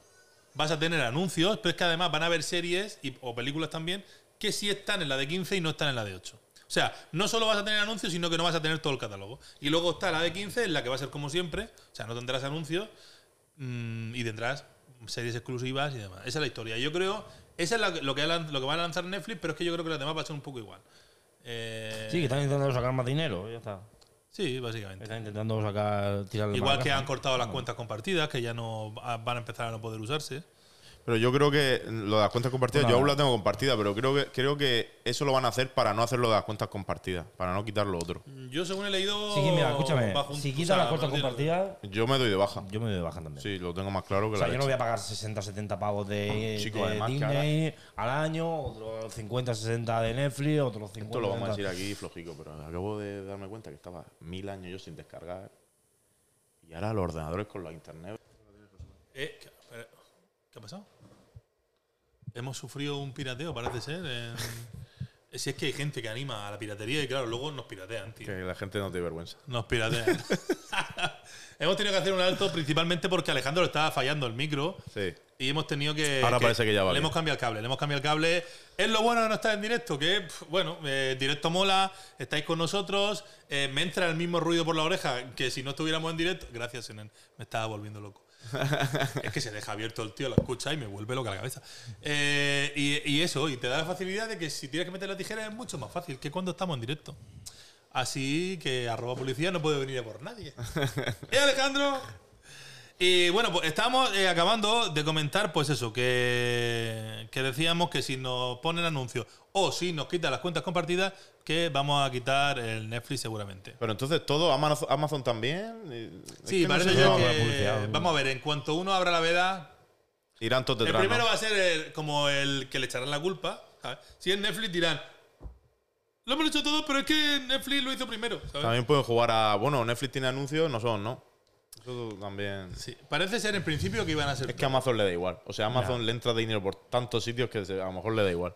vas a tener anuncios, pero es que además van a haber series y- o películas también que sí están en la de 15 y no están en la de 8. O sea, no solo vas a tener anuncios, sino que no vas a tener todo el catálogo. Y luego está la de 15, en la que va a ser como siempre, o sea, no tendrás anuncios mm, y tendrás series exclusivas y demás. Esa es la historia. Yo creo, esa es la- lo, que, ha lan- lo que va a lanzar Netflix, pero es que yo creo que las demás va a ser un poco igual. Eh, Sí, que están intentando sacar más dinero, ya está. sí, básicamente. Están intentando sacar, tirarle Igual para que atrás. han cortado las cuentas compartidas, que ya no ah, van a empezar a no poder usarse. Pero yo creo que lo de las cuentas compartidas, Bueno, yo aún la tengo compartida, pero creo que, creo que eso lo van a hacer para no hacer lo de las cuentas compartidas, para no quitar lo otro. Yo, según he leído. Sí, que mira, escúchame. va junto- Si o quita sea, las cuentas Martín, compartidas, Yo me doy de baja. yo me doy de baja también. Sí, lo tengo más claro que O sea, la yo no voy leche. a pagar 60, 70 pavos de, Chico, de además, que Disney ¿eh? al año, otros 50, 60 de Netflix, otros 50. Esto lo vamos a 70. decir aquí flojico, pero acabo de darme cuenta que estaba mil años yo sin descargar. Y ahora los ordenadores con la internet. Eh, ¿qué, espera, ¿qué ha pasado? Hemos sufrido un pirateo, parece ser. en- si es que hay gente que anima a la piratería y, claro, luego nos piratean, tío. Que la gente no te dé vergüenza. Nos piratean. hemos tenido que hacer un alto principalmente porque Alejandro le estaba fallando el micro. Sí. Y hemos tenido que. Ahora parece que ya va Le bien. hemos cambiado el cable, le hemos cambiado el cable. Es lo bueno de no estar en directo, que, pf, bueno, eh, directo mola, estáis con nosotros, eh, me entra el mismo ruido por la oreja que si no estuviéramos en directo. Gracias, Enen, me estaba volviendo loco. es que se deja abierto el tío, lo escucha y me vuelve loca la cabeza. Eh, y, y eso, y te da la facilidad de que si tienes que meter la tijera es mucho más fácil que cuando estamos en directo. Así que arroba policía no puede venir a por nadie. ¿Eh, Alejandro? Y bueno, pues estamos eh, acabando de comentar, pues eso, que, que decíamos que si nos ponen anuncios o si nos quitan las cuentas compartidas, que vamos a quitar el Netflix seguramente. Pero entonces todo, Amazon, Amazon también. eh, es Sí, que no parece sé ser yo. vamos a que- la publicidad. Vamos a ver, en cuanto uno abra la veda, Irán todos el detrás. primero ¿no? va a ser el- como el que le echarán la culpa. ¿sabes? Si es Netflix, dirán, lo hemos hecho todo, pero es que Netflix lo hizo primero. ¿sabes? También pueden jugar a. Bueno, Netflix tiene anuncios, no son, ¿no? Eso también. Sí, parece ser en principio que iban a ser Es que a Amazon le da igual. O sea, Amazon le entra dinero por tantos sitios que se- a lo mejor le da igual.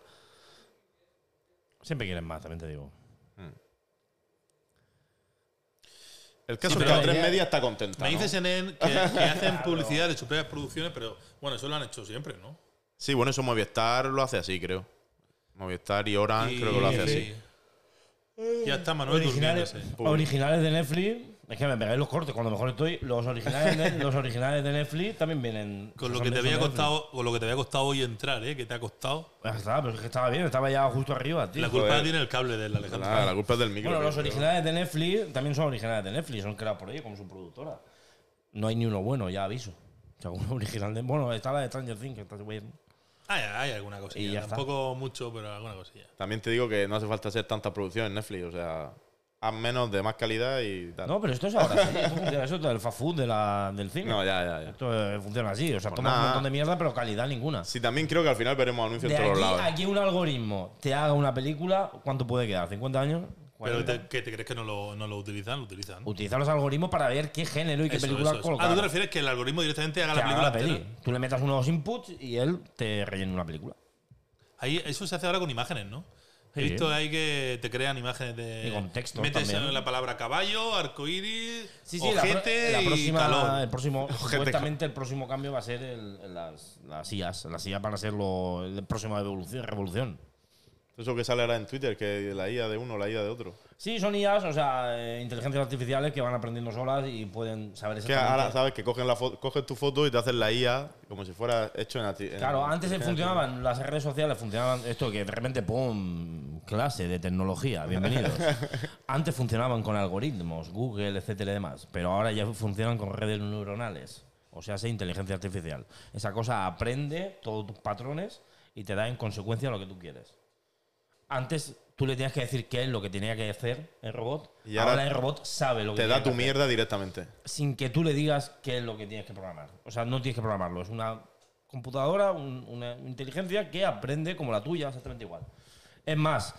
Siempre quieren más, también te digo. El caso pero es que a la tres idea- media está contenta. Me ¿no? dice CNN que, que hacen publicidad de sus propias producciones, pero bueno, eso lo han hecho siempre, ¿no? Sí, bueno, eso Movistar lo hace así, creo. Movistar y Ah, Orange creo que lo hace así. Eh, así. Ya está Manuel Originales, durmiéndose. originales de Netflix. Es que me pegáis los cortes cuando mejor estoy. Los originales, de, los originales de Netflix también vienen. Con lo son- que te son había Netflix. costado, con lo que te había costado hoy entrar, ¿eh? Que te ha costado. Ya está, pero es que estaba bien, estaba ya justo arriba, tío. La culpa joder. tiene el cable del Alejandro. Nada, la culpa es del micro. Bueno, los creo. originales de Netflix también son originales de Netflix, son creados por ellos como su productora. No hay ni uno bueno, ya aviso. O sea, uno original de. Bueno, está la de Stranger Things, que está bien. Hay, hay alguna Y cosilla. ya está. Tampoco mucho, pero alguna cosilla. También te digo que no hace falta hacer tanta producción en Netflix. O sea, haz menos de más calidad y tal. No, pero esto es ahora, sí. Esto funciona, eso es del fast food de la, del cine. No, ya, ya, ya. Esto eh, funciona así. O sea, Pues tomas un nada. montón de mierda, pero calidad ninguna. Sí, también creo que al final veremos anuncios De en todos aquí lados. a que un algoritmo te haga una película, ¿cuánto puede quedar? ¿50 años? Pero 40. te, ¿qué te crees que no lo, no lo utilizan? Lo utilizan. Utiliza los algoritmos para ver qué género y qué Eso, película eso, eso. colocar. Ah, tú te refieres que el algoritmo directamente haga Que la haga película la peli. entera? Tú le metas unos inputs y él te rellena una película. Ahí, eso se hace ahora con imágenes, ¿no? He Sí. visto ahí que te crean imágenes de. Y con texto Metes también. la palabra caballo, arcoíris, Sí, sí, la pro- ojete la, y próxima, calor. el próximo, supuestamente el próximo cambio va a ser el- el- las, las IAS. Las IAS van a ser lo, la próxima evolución, revolución. Eso que sale ahora en Twitter, que la IA de uno, la IA de otro. Sí, son IAS, o sea, eh, inteligencias artificiales que van aprendiendo solas y pueden saber Que ahora exactamente. sabes que cogen, la fo- cogen tu foto y te hacen la IA como si fuera hecho en. ati- en- Claro, antes en- funcionaban las redes sociales, funcionaban esto que de repente, ¡pum! Clase de tecnología, bienvenidos. antes funcionaban con algoritmos, Google, etcétera y demás, pero ahora ya funcionan con redes neuronales, o sea, es inteligencia artificial. Esa cosa aprende todos tus patrones y te da en consecuencia lo que tú quieres. Antes tú le tenías que decir qué es lo que tenía que hacer el robot, Y ahora, ahora el robot sabe lo que Te tiene da que tu hacer mierda directamente. sin que tú le digas qué es lo que tienes que programar. O sea, no tienes que programarlo. Es una computadora, un- una inteligencia que aprende como la tuya, exactamente igual. Es más,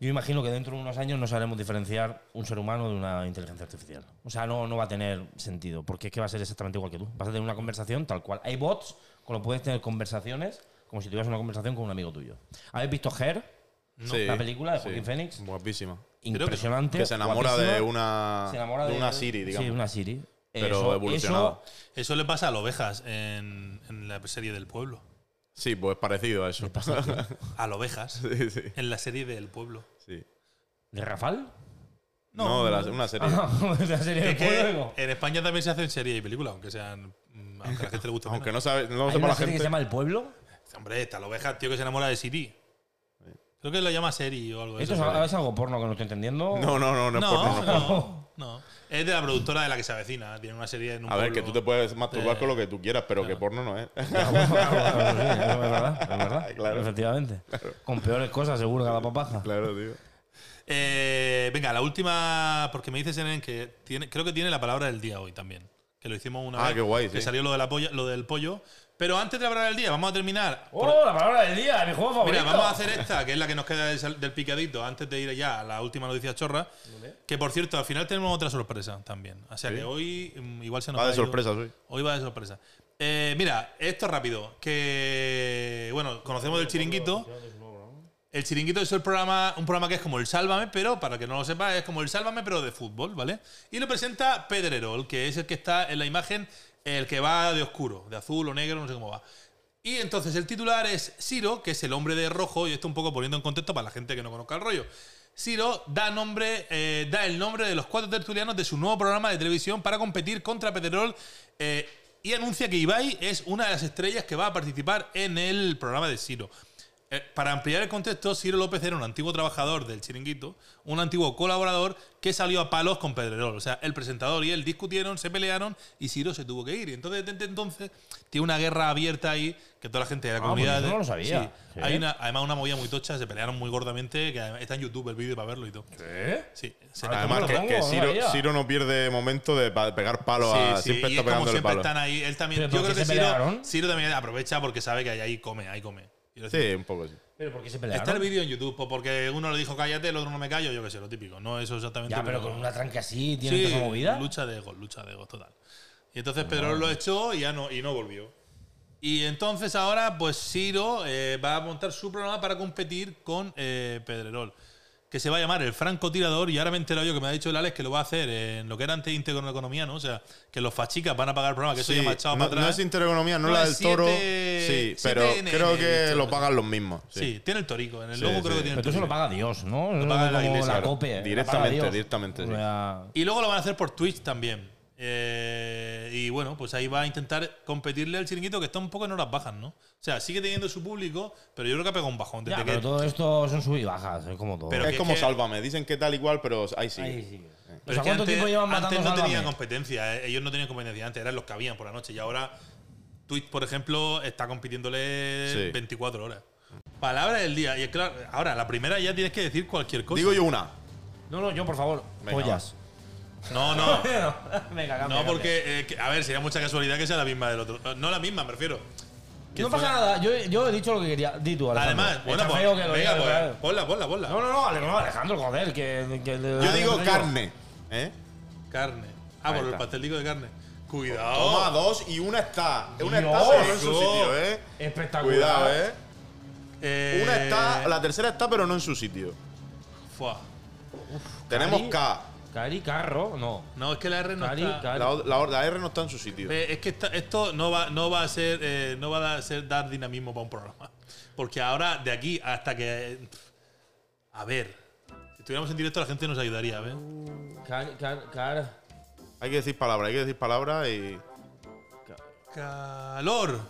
yo imagino que dentro de unos años no sabremos diferenciar un ser humano de una inteligencia artificial. O sea, no, no va a tener sentido, porque es que va a ser exactamente igual que tú. Vas a tener una conversación tal cual. Hay bots con los que puedes tener conversaciones como si tuvieras una conversación con un amigo tuyo. ¿Habéis visto Her? Sí, la película de sí. Joaquín Phoenix. Guapísima. Impresionante. Que se enamora de guapísima. una, Se enamora de de- una Siri, digamos. Sí, una Siri. Pero Eso- evolucionado. eso Eso le pasa a las ovejas en, en la serie del pueblo. Sí, pues parecido a eso. A las ovejas sí, sí, en la serie del pueblo. sí. ¿De Rafal? No, de la- una serie. de Ah, la serie de Es que juego. en España también se hacen series y películas, aunque sean. mm, Aunque a la gente le guste Aunque menos. no, sabe, no Hay sepa una la serie que gente. se llama El Pueblo. Hombre, está la oveja, tío, que se enamora de Siri. Creo que lo llama Seri o algo de Esto es, eso. a- es algo porno que no estoy entendiendo. No, no, no, no es no, porno, no no, es porno. no, Es de la productora de la que se avecina. Tiene una serie en un A ver, que tú pueblo. te puedes masturbar con lo que tú quieras, pero que porno no es. Claro, bueno, claro, claro, sí, eso es verdad, es verdad. Claro. Efectivamente. Con peores cosas, seguro que la papaja. claro, tío. Eh, venga, la última, porque me dice Seren que tiene, creo que tiene la palabra del día hoy también. Que lo hicimos una Ah, vez. qué guay, Que sí. salió lo, de la polla- lo del pollo. Pero antes de la palabra del día, vamos a terminar. por- ¡Oh, la palabra del día! ¡Mi juego favorito! Mira, vamos a hacer esta, que es la que nos queda del, sal- del picadito, antes de ir ya a la última noticia chorra. Que por cierto, al final tenemos otra sorpresa también. O sea que hoy mm, igual se nos Va de ha ido- sorpresas hoy. Hoy va de sorpresa. Eh, mira, esto rápido. Que bueno, conocemos del chiringuito. El chiringuito es el programa, un programa que es como el Sálvame, pero para que no lo sepa, es como el Sálvame, pero de fútbol, ¿vale? Y lo presenta Pedrerol, que es el que está en la imagen, el que va de oscuro, de azul o negro, no sé cómo va. Y entonces el titular es Ciro, que es el hombre de rojo, y esto un poco poniendo en contexto para la gente que no conozca el rollo. Ciro da, nombre, eh, da el nombre de los cuatro tertulianos de su nuevo programa de televisión para competir contra Pedrerol eh, y anuncia que Ibai es una de las estrellas que va a participar en el programa de Ciro. Eh, para ampliar el contexto, Ciro López era un antiguo trabajador del chiringuito, un antiguo colaborador que salió a palos con Pedrerol. O sea, el presentador y él discutieron, se pelearon y Ciro se tuvo que ir. Y entonces, desde entonces, tiene una guerra abierta ahí que toda la gente de la Ah, pues comunidad. eso no lo sabía. Sí. Sí. Hay una, además, una movida muy tocha, se pelearon muy gordamente, que además está en YouTube el vídeo para verlo y todo. ¿Eh? Sí, se- Ah, Además, ¿cómo lo que, que pongo? Ciro, Vaya. Ciro no pierde momento de pa- pegar palos a. ah, Sí, sí, siempre y está es como pegándole siempre palos. están ahí. Él también. ¿Pero Yo por creo qué que se Ciro, pelearon? Ciro también ah, aprovecha porque sabe que ahí, ahí come, ahí come. Quiero decir, Sí, un poco sí. ¿Pero por qué se Está el pelearon? vídeo en YouTube, pues porque uno le dijo cállate, el otro no me callo, yo qué sé, lo típico. No eso exactamente. Ya, pero con una tranca así, tiene toda esa movida. Lucha de egos, lucha de egos total. Y entonces Pedro lo echó y ya no, y no volvió. Y entonces ahora, pues Ciro eh, va a montar su programa para competir con eh, Pedrerol, que se va a llamar El Francotirador. Y ahora me he enterado yo que me ha dicho el Alex que lo va a hacer en lo que era antes íntegro en la economía, ¿no? O sea, que los fachicas van a pagar el programa, que eso Sí, ya me ha echado no, para atrás. no es intereconomía, no, No, la del es toro. siete- sí, pero 7NN, creo he que visto. lo pagan los mismos. Sí. Sí, tiene el torico. En el Sí, logo sí. creo que tiene Pero el tú se lo torico. paga Dios, ¿no? Eso paga es la como iglesia, la claro. COPE. la paga Directamente, Dios. directamente, sí. O sea, Y luego lo van a hacer por Twitch también. Eh, y bueno, pues ahí va a intentar competirle al chiringuito que está un poco en horas bajas, ¿no? O sea, sigue teniendo su público, pero yo creo que ha pegado un bajón. Desde Ya, que- pero todo esto son sub y bajas, es como todo. Pero es que como es que- sálvame, dicen que tal igual, pero ahí sí. Ahí sí. O pero sea, es que ¿cuánto antes- tiempo llevan matando Antes no Sálvame? tenían competencia, eh, ellos no tenían competencia antes, eran los que habían por la noche. Y ahora Twitch, por ejemplo, está compitiéndole Sí. 24 horas. Palabra del día. Y es claro, ahora, la primera ya tienes que decir cualquier cosa. Digo yo una. No, no, yo, por favor, Venga, pollas. No, no. Venga, cambia, No, cambia. porque, eh, que- a ver, sería mucha casualidad que sea la misma del otro. Eh, No la misma, me refiero. Que No pasa fuera- nada, yo, yo he dicho lo que quería. Di tú, Alejandro. Además, bueno, Está pues, feo que lo venga, diga, pues, ¿verdad? ponla, ponla, ponla. No, no, no, Ale- no, Alejandro, joder, que. que- Yo digo que- carne. ¿Eh? Carne. Ah, Ahí por el está. pastelico de carne. Cuidado. Toma dos y una está. Una está Dios. solo en su sitio, ¿eh? Espectacular. Cuidado, ¿eh? Eh, Una está, la tercera está, pero no en su sitio. fuá. Tenemos Cari. K. Cari, carro, no. No, es que la R no Cari, está. La, cari. o- la or- la R no está en su sitio. Eh, es que esta- esto no va, no va a ser, eh, no va a ser dar dinamismo para un programa. Porque ahora, de aquí hasta que. A ver. Si estuviéramos en directo, la gente nos ayudaría, ¿ves? Cari, car, car. Hay que decir palabra, hay que decir palabra y. Calor.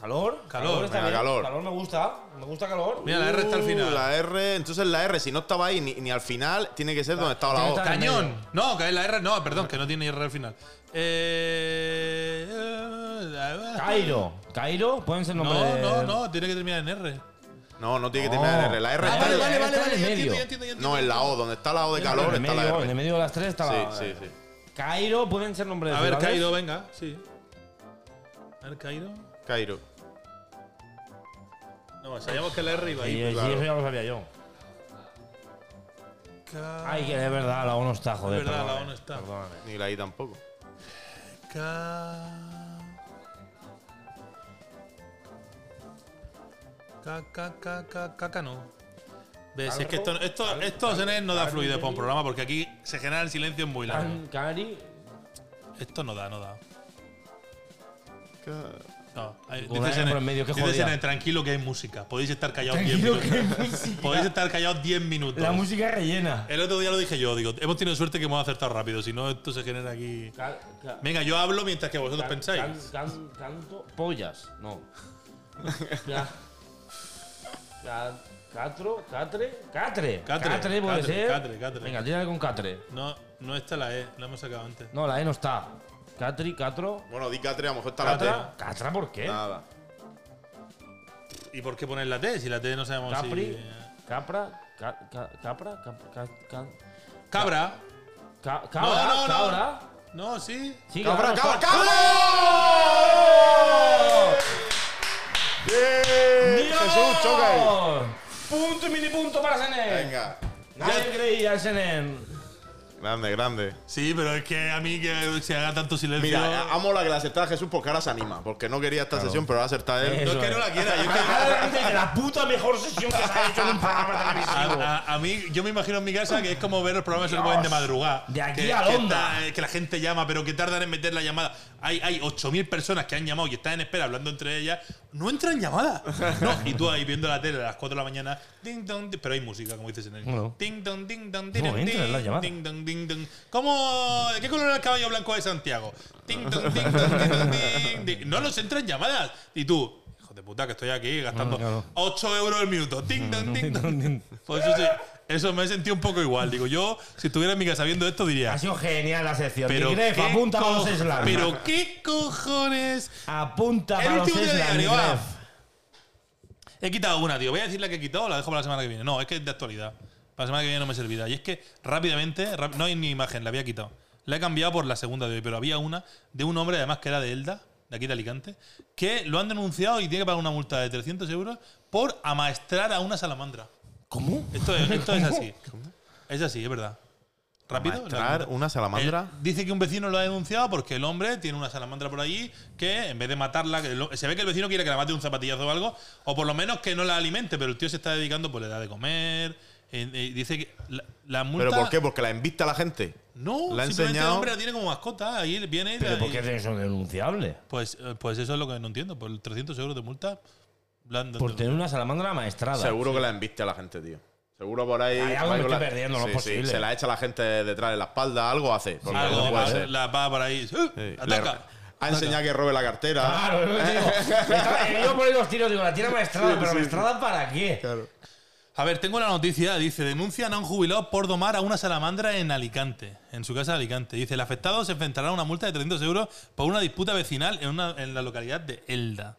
Calor. Calor, está venga, bien. calor. Calor me gusta. Me gusta calor. Mira, la R está al Uh, final. La R, entonces la R, si no estaba ahí ni, ni al final, tiene que ser donde estaba la tiene O. que estar- Cañón. No, que es la R. No, perdón, que no tiene R al final. Eh, eh, Cairo. Cairo, pueden ser nombres. No, no, no, tiene que terminar en R. No, no tiene que No. terminar en R. La Ah, R está. vale, en- vale, vale. ya está en el entiendo, medio. ya entiendo, ya entiendo. No, en la O, donde está la O de calor en está medio, la En el R. medio Ah, de las tres está la. Sí, sí, sí. Cairo, pueden ser nombres. A de ver, ciudades. Cairo, venga, sí. A ver, Cairo. Cairo. No, sabíamos que la R iba Sí, ahí. sí, claro. eso ya lo sabía yo. Ca- Ay, que de verdad, la ONU está, joder. Es verdad, la perdóname, ONU está. perdóname. Ni la I tampoco. Ca. Ca, ca, ca, ca, ca, ca, no. ¿Ves? Es que esto, esto, esto señores, no da fluidez para un programa porque aquí se genera el silencio muy largo. Can- Cari. Esto no da, no da. Ca- No, hay- Con una dice Sene- por en medio, qué dice jodida. Sene, tranquilo que hay música. Podéis estar callados 10 Tranquilo, que hay minutos. música. Podéis estar callados 10 minutos. La música rellena. El otro día lo dije yo, digo, hemos tenido suerte que hemos acertado rápido, si no esto se genera aquí. Venga, yo hablo mientras que vosotros pensáis. Canto pollas. No. Ya. Ca- Catro, catre, catre. Catre, puede catre, ser. catre, catre. Venga, tírale con catre. No, no está la E, la hemos sacado antes. No, la E no está. Catri, catro. Bueno, di catre, a lo mejor está la Catra. ¿Catra por qué? T. Ah, Nada. ¿Y por qué poner la T? Si la T no sabemos Capri, si. capra, ca- ca- capra, cap- ca- ca- Cabra. ca- cabra, no, no. cabra. No, sí. Sí, ¡Cabra, claro, cabra, está- cabra! ¡Bien! ¡Dios! Jesús, choca ahí. Punto y mini punto para Senen. Venga. Nadie creía en Senen. Grande, grande. Sí, pero es que a mí que se haga tanto silencio. Mira, amo la que la aceptaba Jesús porque ahora se anima. Porque no quería esta sesión, pero ahora acepta no él. es Eso que es. no la quiera. Yo es que- Madre, la puta mejor sesión que se ha hecho en un programa a, televisivo. a- a mí, yo me imagino en mi casa que es como ver los programas que se ponen de madrugada. De aquí que, a que Londra. está- eh, que la gente llama, pero que tardan en meter la llamada. Hay, hay 8.000 personas que han llamado y están en espera hablando entre ellas. No entran llamadas. No, y tú ahí viendo la tele a las 4 de la mañana. Ding, dong, di- pero hay música, como dices en el. Bueno. Ding, dong, ding, dong, ¿Cómo ding, entran las ding, llamadas? ding, dong, ding, dong. ¿Cómo, ¿De qué color era el caballo blanco de Santiago? Ding, dong, ding, dong, ding, dong, ding, ding. No nos entran llamadas. Y tú. Hijo de puta, que estoy aquí gastando Mm, claro. 8 euros el minuto. Ding, dong, ding, dong. Pues eso, sí, eso me he sentido un poco igual. Digo, yo, si estuviera en mi casa viendo esto, diría. Ha sido genial la sección. Pero, Pero Gref, qué apunta para los co- slams. pero qué cojones. apunta El para los último día de slams. diario, va. Gref. He quitado una, tío. Voy a decir la que he quitado o la dejo para la semana que viene. No, es que es de actualidad. Para la semana que viene no me servirá. Y es que rápidamente, rap- no hay ni imagen, la había quitado. La he cambiado por la segunda de hoy, pero había una de un hombre, además que era de Elda, de aquí de Alicante, que lo han denunciado y tiene que pagar una multa de 300 euros por amaestrar a una salamandra. ¿Cómo? Esto es, esto es así. Es así, es verdad. Rápido. Amaestrar una salamandra. Eh, dice que un vecino lo ha denunciado porque el hombre tiene una salamandra por allí que en vez de matarla, que lo- se ve que el vecino quiere que la mate un zapatillazo o algo, o por lo menos que no la alimente, pero el tío se está dedicando, pues le da de comer. eh, eh, dice que la, la multa. ¿Pero por qué? ¿Porque la invita la gente? No, La ha simplemente el enseñado- hombre la tiene como mascota. Ahí viene y la- ¿Pero por y- qué es eso denunciable? pues, eh, pues eso es lo que no entiendo. Por 300 euros de multa. la han- Por tener una salamandra maestrada. Seguro que la inviste a la gente, tío. Seguro por ahí. Hay algo que algo estoy la- perdiendo, no es Sí, sí, posible. Se la echa la gente detrás de la espalda, algo hace. porque algo, no puede va- ser. la va para ahí. ¡eh! Sí. ¡Ataca! Le- ha enseñado que robe la cartera. Claro, es lo que te digo. Me estaba- He ido por ahí los tiros, digo, la tira maestrada, pero maestrada para qué? A ver, tengo la noticia. Dice, denuncian a un jubilado por domar a una salamandra en Alicante, en su casa de Alicante. Dice, el afectado se enfrentará a una multa de 300 euros por una disputa vecinal en, una- en la localidad de Elda.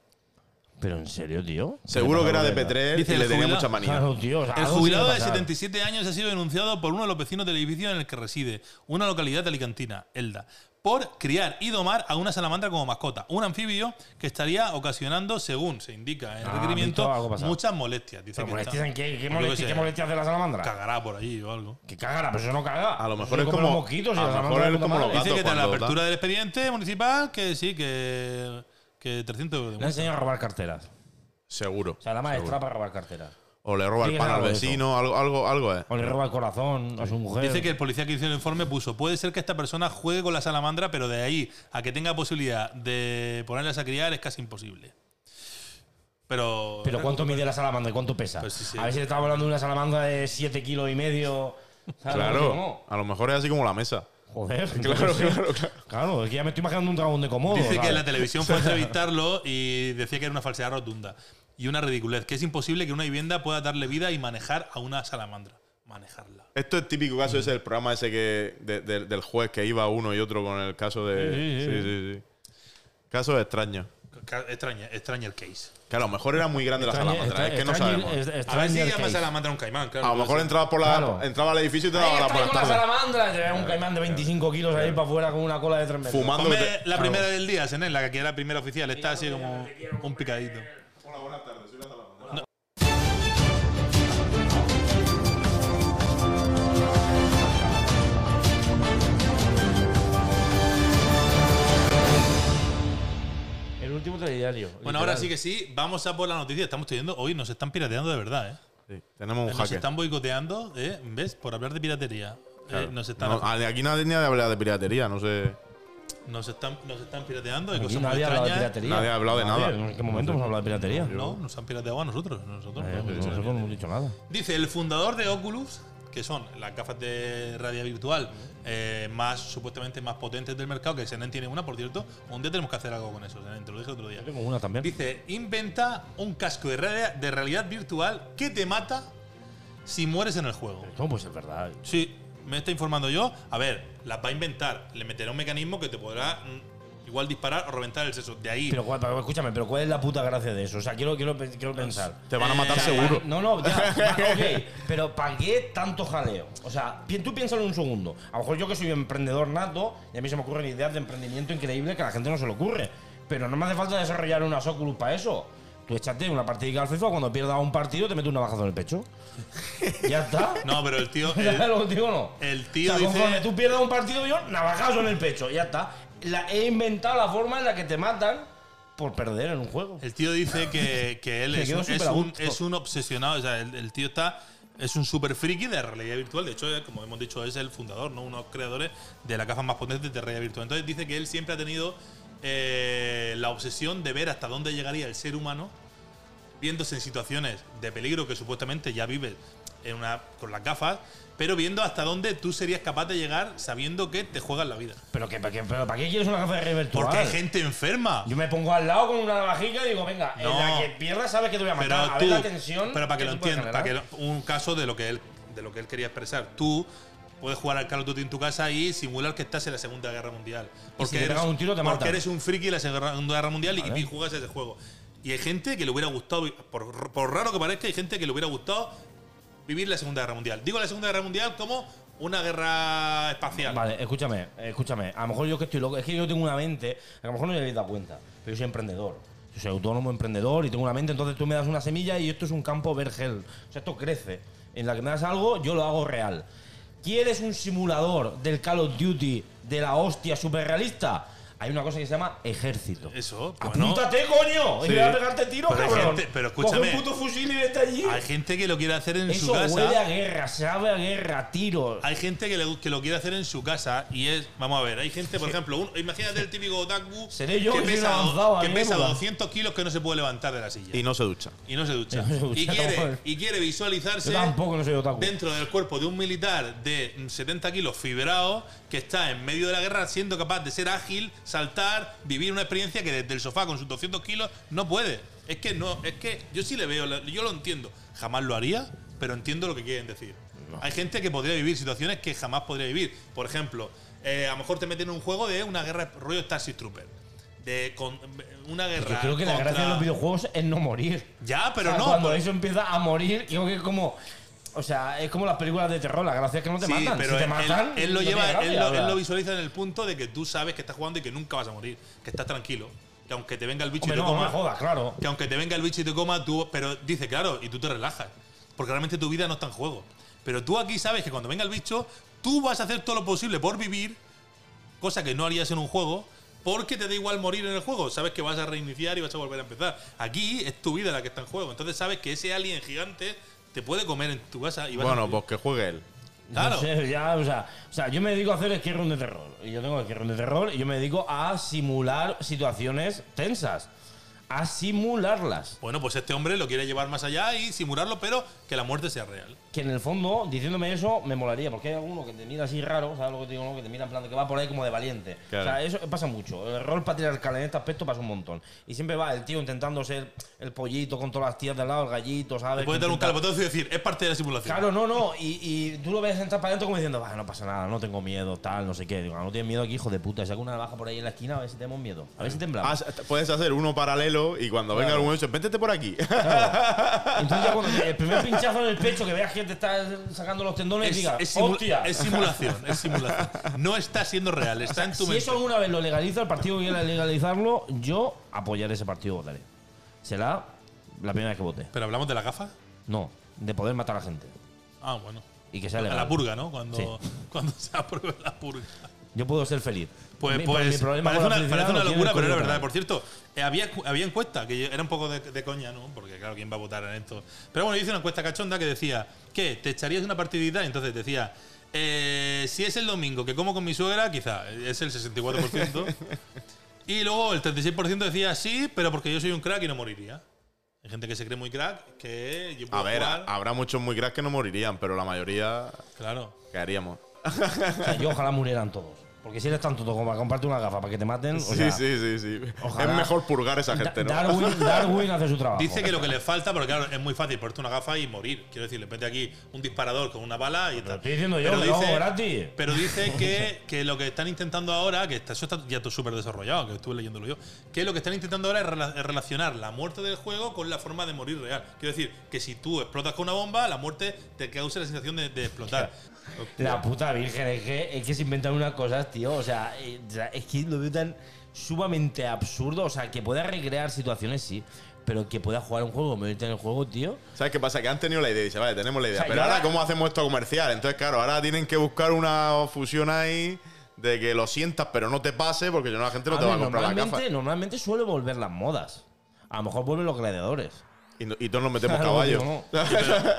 Pero en serio, tío. Seguro que era de Petre. Petrer Dice y le el tenía jubilado. mucha manía. Claro, tío. o sea, El algo jubilado tiene de que pasar. 77 años ha sido denunciado por uno de los vecinos del edificio en el que reside, una localidad alicantina, Elda, por criar y domar a una salamandra como mascota, un anfibio que estaría ocasionando, según se indica en el Ah, requerimiento, visto, algo pasado. muchas molestias. Dice ¿Pero que molestias está- en qué? ¿Qué Yo molestias, sé, qué molestias hace la salamandra? Cagará por allí o algo. Que caga, pero eso no caga. A lo Eso mejor le es comen como- los mosquitos y la a lo salamandra mejor de es puta como madre. los gatos. Dice que tras la cuando apertura del expediente municipal, que sí, que, que 300 euros de Le multa. ha enseñado a robar carteras. Seguro. O sea, la maestra para robar carteras. O le roba Sí, el pan es al algo de eso. vecino, algo, algo, algo es. O le roba el corazón a su mujer. Dice que el policía que hizo el informe puso, puede ser que esta persona juegue con la salamandra, pero de ahí a que tenga posibilidad de ponerlas a criar es casi imposible. Pero... Pero ¿cuánto mide la salamandra? ¿Cuánto pesa? Pues sí, sí. A ver si te estamos hablando de una salamandra de 7 kilos y medio. ¿sabes lo que Claro. digo? A lo mejor es así como la mesa. Joder. Claro, claro, claro. Claro, es que ya me estoy imaginando un dragón de comodo. Dice que ¿sabes? la televisión fue a entrevistarlo y decía que era una falsedad rotunda y una ridiculez, que es imposible que una vivienda pueda darle vida y manejar a una salamandra. Manejarla. Esto es típico caso ese del programa ese que de- de- del juez que iba uno y otro con el caso de. Sí, sí, sí. Casos extraños. Ca- Extraña, extraña el case. Que a lo mejor era muy grande la Extraña- salamandra. Es que no extraña- es- sabemos. A ver si extraña el llama case. salamandra a un caimán, claro. A lo puede mejor ser. entraba por la Claro. entraba al edificio y te Ahí daba la está con por la la tarde. salamandra. Te ve un caimán de 25 kilos ahí para afuera con una cola de 3 metros. Fumando. Ponme que te- la primera del día, Senén, la que era la primera oficial. Está así como un picadito. Hola, buenas tardes. Soy la salamandra. El último telediario. Bueno, ahora sí que sí, vamos a por la noticia. Estamos teniendo. Hoy nos están pirateando de verdad, ¿eh? Sí, tenemos un Nos hacker. están boicoteando, ¿eh? ¿Ves? Por hablar de piratería. Eh, nos, están, No, ah. a- aquí nadie ni ha hablado de piratería, no sé. nos, están, nos están pirateando. Hay Aquí cosas muy ¿eh? nadie ha hablado de extrañas. piratería. Nadie ha hablado de Nadie, nada. ¿En qué momento hemos hablado de piratería? No, nos han pirateado a nosotros. nosotros no. Eh, Nosotros no hemos dicho nada. Dice, el fundador de Oculus, que son las gafas de realidad virtual eh, más supuestamente más potentes del mercado, que Senen tiene una, por cierto. Un día tenemos que hacer algo con eso, Senen, te lo dije otro día. Tengo una también. Dice, inventa un casco de realidad, de realidad virtual que te mata si mueres en el juego. No, pues es verdad. Sí, me está informando yo. A ver, las va a inventar. Le meterá un mecanismo que te podrá mm, igual disparar o reventar el seso. De ahí. Pero, cuál- pero escúchame, pero ¿cuál es la puta gracia de eso? O sea, quiero, quiero, pe- quiero pensar. Pues, Te van a matar O sea, seguro. pa- No, no, ya. va, ok, pero ¿para qué tanto jaleo? O sea, pi- tú piénsalo un segundo. A lo mejor yo que soy emprendedor nato, y a mí se me ocurren ideas de emprendimiento increíble que a la gente no se le ocurre. Pero no me hace falta desarrollar una Oculus para eso. Tú échate una partida al FIFA, cuando pierdas un partido te metes un navajazo en el pecho. ya está. no, pero el tío. el- ¿Sabes lo que digo o no? el tío O sea, dice- conforme tú pierdas un partido, yo navajazo en el pecho, ya está. La, he inventado la forma en la que te matan por perder en un juego. El tío dice que, que él Me es, quedo un- es súper a un, gusto. es un obsesionado. O sea, el, el tío está. Es un super friki de realidad virtual. De hecho, eh, como hemos dicho, es el fundador, ¿no? Uno de los creadores de las gafas más potentes de realidad virtual. Entonces dice que él siempre ha tenido eh, la obsesión de ver hasta dónde llegaría el ser humano viéndose en situaciones de peligro que supuestamente ya vives en una, con las gafas, pero viendo hasta dónde tú serías capaz de llegar sabiendo que te juegas la vida. ¿Pero, que, para qué, pero ¿para qué quieres una gafa de realidad virtual? Porque hay gente enferma. Yo me pongo al lado con una navajilla y digo, venga, No. en la que pierdas sabes que te voy a pero matar. a tú, ver la tensión. pero para que lo tú puedes entiendas, para que generar. lo- un caso de lo que él de lo que él quería expresar. Tú puedes jugar al Call of Duty en tu casa y simular que estás en la Segunda Guerra Mundial, porque te eres pegan un tiro, te porque matan. eres un friki de la Segunda Guerra Mundial y- y juegas a ese juego. Y hay gente que le hubiera gustado, por, por raro que parezca, hay gente que le hubiera gustado vivir la Segunda Guerra Mundial. Digo la Segunda Guerra Mundial como una guerra espacial. Vale, escúchame, escúchame. A lo mejor yo que estoy loco, es que yo tengo una mente, a lo mejor no me habéis dado cuenta, pero yo soy emprendedor. Yo soy autónomo, emprendedor y tengo una mente, entonces tú me das una semilla y esto es un campo vergel. O sea, esto crece. En la que me das algo, yo lo hago real. ¿Quieres un simulador del Call of Duty de la hostia super realista? Hay una cosa que se llama ejército. Eso, bueno. ¡Apúntate, coño! Y Sí. me va a pegarte tiro, Pero hay cabrón. gente- pero Coge escúchame. un puto fusil y vete allí. Hay gente que lo quiere hacer en su Eso casa. huele a guerra, sabe a guerra, tiro. Hay gente que, le- que lo quiere hacer en su casa y es, vamos a ver, hay gente, por ejemplo, un- imagínate el típico otaku Seré yo que que soy pesa, un avanzado a que pesa mierda. 200 kilos que no se puede levantar de la silla Y y, no se ducha. no se ducha. Y no se ducha, Y quiere, tampoco. y quiere visualizarse Yo tampoco no soy otaku. dentro del cuerpo de un militar de mm, 70 kilos fibrado que está en medio de la guerra siendo capaz de ser ágil, saltar, vivir una experiencia que desde el sofá con sus 200 kilos no puede. Es que no, es que yo sí le veo, la- yo lo entiendo. Jamás lo haría, pero entiendo lo que quieren decir. Hay gente que podría vivir situaciones que jamás podría vivir. Por ejemplo, eh, a lo mejor te meten en un juego de una guerra rollo Starship Trooper. De con, una guerra. Yo creo que la contra- gracia de los videojuegos es no morir. Ya, pero O sea, no. pues Cuando por- eso empieza a morir, creo que es como. O sea, es como las películas de terror, la gracia es que no te Sí, matan. pero si te él, matan, él lo no lleva, tiene gracia, él, lo, o sea. él lo visualiza en el punto de que tú sabes que estás jugando y que nunca vas a morir, que estás tranquilo, que aunque te venga el bicho Hombre, y te no, no me coma, jodas, claro. que aunque te venga el bicho y te coma, tú, pero dice claro y tú te relajas, porque realmente tu vida no está en juego. Pero tú aquí sabes que cuando venga el bicho, tú vas a hacer todo lo posible por vivir, cosa que no harías en un juego. Porque te da igual morir en el juego, sabes que vas a reiniciar y vas a volver a empezar. Aquí es tu vida la que está en juego, entonces sabes que ese alien gigante te puede comer en tu casa y vas a Bueno, morir. pues que juegue él. Claro. No sé, ya, o, sea, o sea, yo me dedico a hacer esquirrón de terror. Y yo tengo esquirrón de terror y yo me dedico a simular situaciones tensas. A simularlas. Bueno, pues este hombre lo quiere llevar más allá y simularlo, pero que la muerte sea real. que en el fondo, diciéndome eso, me molaría, porque hay alguno que te mira así raro, ¿sabes lo que te digo? no? Que te mira en plan de que va por ahí como de valiente. O Claro. sea, eso pasa mucho. El rol patriarcal en este aspecto pasa un montón. Y siempre va el tío intentando ser el pollito con todas las tías de al lado, el gallito, ¿sabes? Te puede Que dar un intenta- calpotazo y decir, es parte de la simulación. Claro, no, no. Y, y tú lo ves entrar para adentro como diciendo, "Bah, no pasa nada, no tengo miedo, tal, no sé qué. Digo, "Ah, no tienes miedo aquí, hijo de puta. Si hago una navaja por ahí en la esquina, a ver si tenemos miedo. A ver si Ah, temblamos. Haz- puedes hacer uno paralelo y cuando venga alguno dice, véntete por aquí. Entonces ya cuando el primer pinchazo en el pecho que veas que te está sacando los tendones, Es, digas, es simu- hostia. es simulación, es simulación. No está siendo real, está en tu Si mente. eso alguna vez lo legaliza, el partido que quiera legalizarlo, yo apoyaré ese partido votaré. Será la primera vez que vote. Pero hablamos de la gafa. No, de poder matar a la gente. Ah, bueno. Y que sea A legal. la purga, ¿no? Cuando, Sí. cuando se apruebe la purga. Yo puedo ser feliz. Pues, Mi- pues, mi problema parece, con una, la felicidad parece una lo tiene locura, el pero era coño verdad. otra Por vez. cierto, eh, había, había encuesta, que yo- era un poco de, de coña, ¿no? Porque claro, ¿quién va a votar en esto? Pero bueno, yo hice una encuesta cachonda que decía, ¿qué? ¿Te echarías una partidita? Y entonces decía, eh, si es el domingo que como con mi suegra, quizá, eh, es el 64%. y luego el 36% decía, sí, pero porque yo soy un crack y no moriría. Hay gente que se cree muy crack, que yo puedo A ver, jugar. habrá muchos muy cracks que no morirían, pero la mayoría Claro. caeríamos. ¿eh? O sea, yo ojalá murieran todos. Porque si eres tan tonto como para comprarte una gafa para que te maten. o Sí, sea, sí, sí, sí. ojalá. Es mejor purgar a esa Da- gente, ¿no? Darwin, Darwin hace su trabajo. Dice que lo que le falta, porque claro, es muy fácil ponerte una gafa y morir. Quiero decir, le mete aquí un disparador con una bala y tal. estoy diciendo yo, que lo hago gratis. Pero dice que, que lo que están intentando ahora, que está, eso está ya todo súper desarrollado, que estuve leyéndolo yo, que lo que están intentando ahora es rela- es relacionar la muerte del juego con la forma de morir real. Quiero decir, que si tú explotas con una bomba, la muerte te causa la sensación de, de explotar. La puta virgen, es que, es que se inventan unas cosas, tío. O sea, eh, o sea, es que lo veo tan sumamente absurdo. O sea, que pueda recrear situaciones, sí. Pero que pueda jugar un juego, medirte en el juego, tío. ¿Sabes qué pasa? Que han tenido la idea y dice, vale, tenemos la idea. O sea, pero yo ahora, ahora- ¿cómo hacemos esto comercial? Entonces, claro, ahora tienen que buscar una fusión ahí de que lo sientas, pero no te pase, porque si no la gente no A te va a ver, comprar la gafa. normalmente, normalmente suele volver las modas. A lo mejor vuelven los gladiadores. Y, no- y todos nos metemos Claro, caballos. digo, Pero,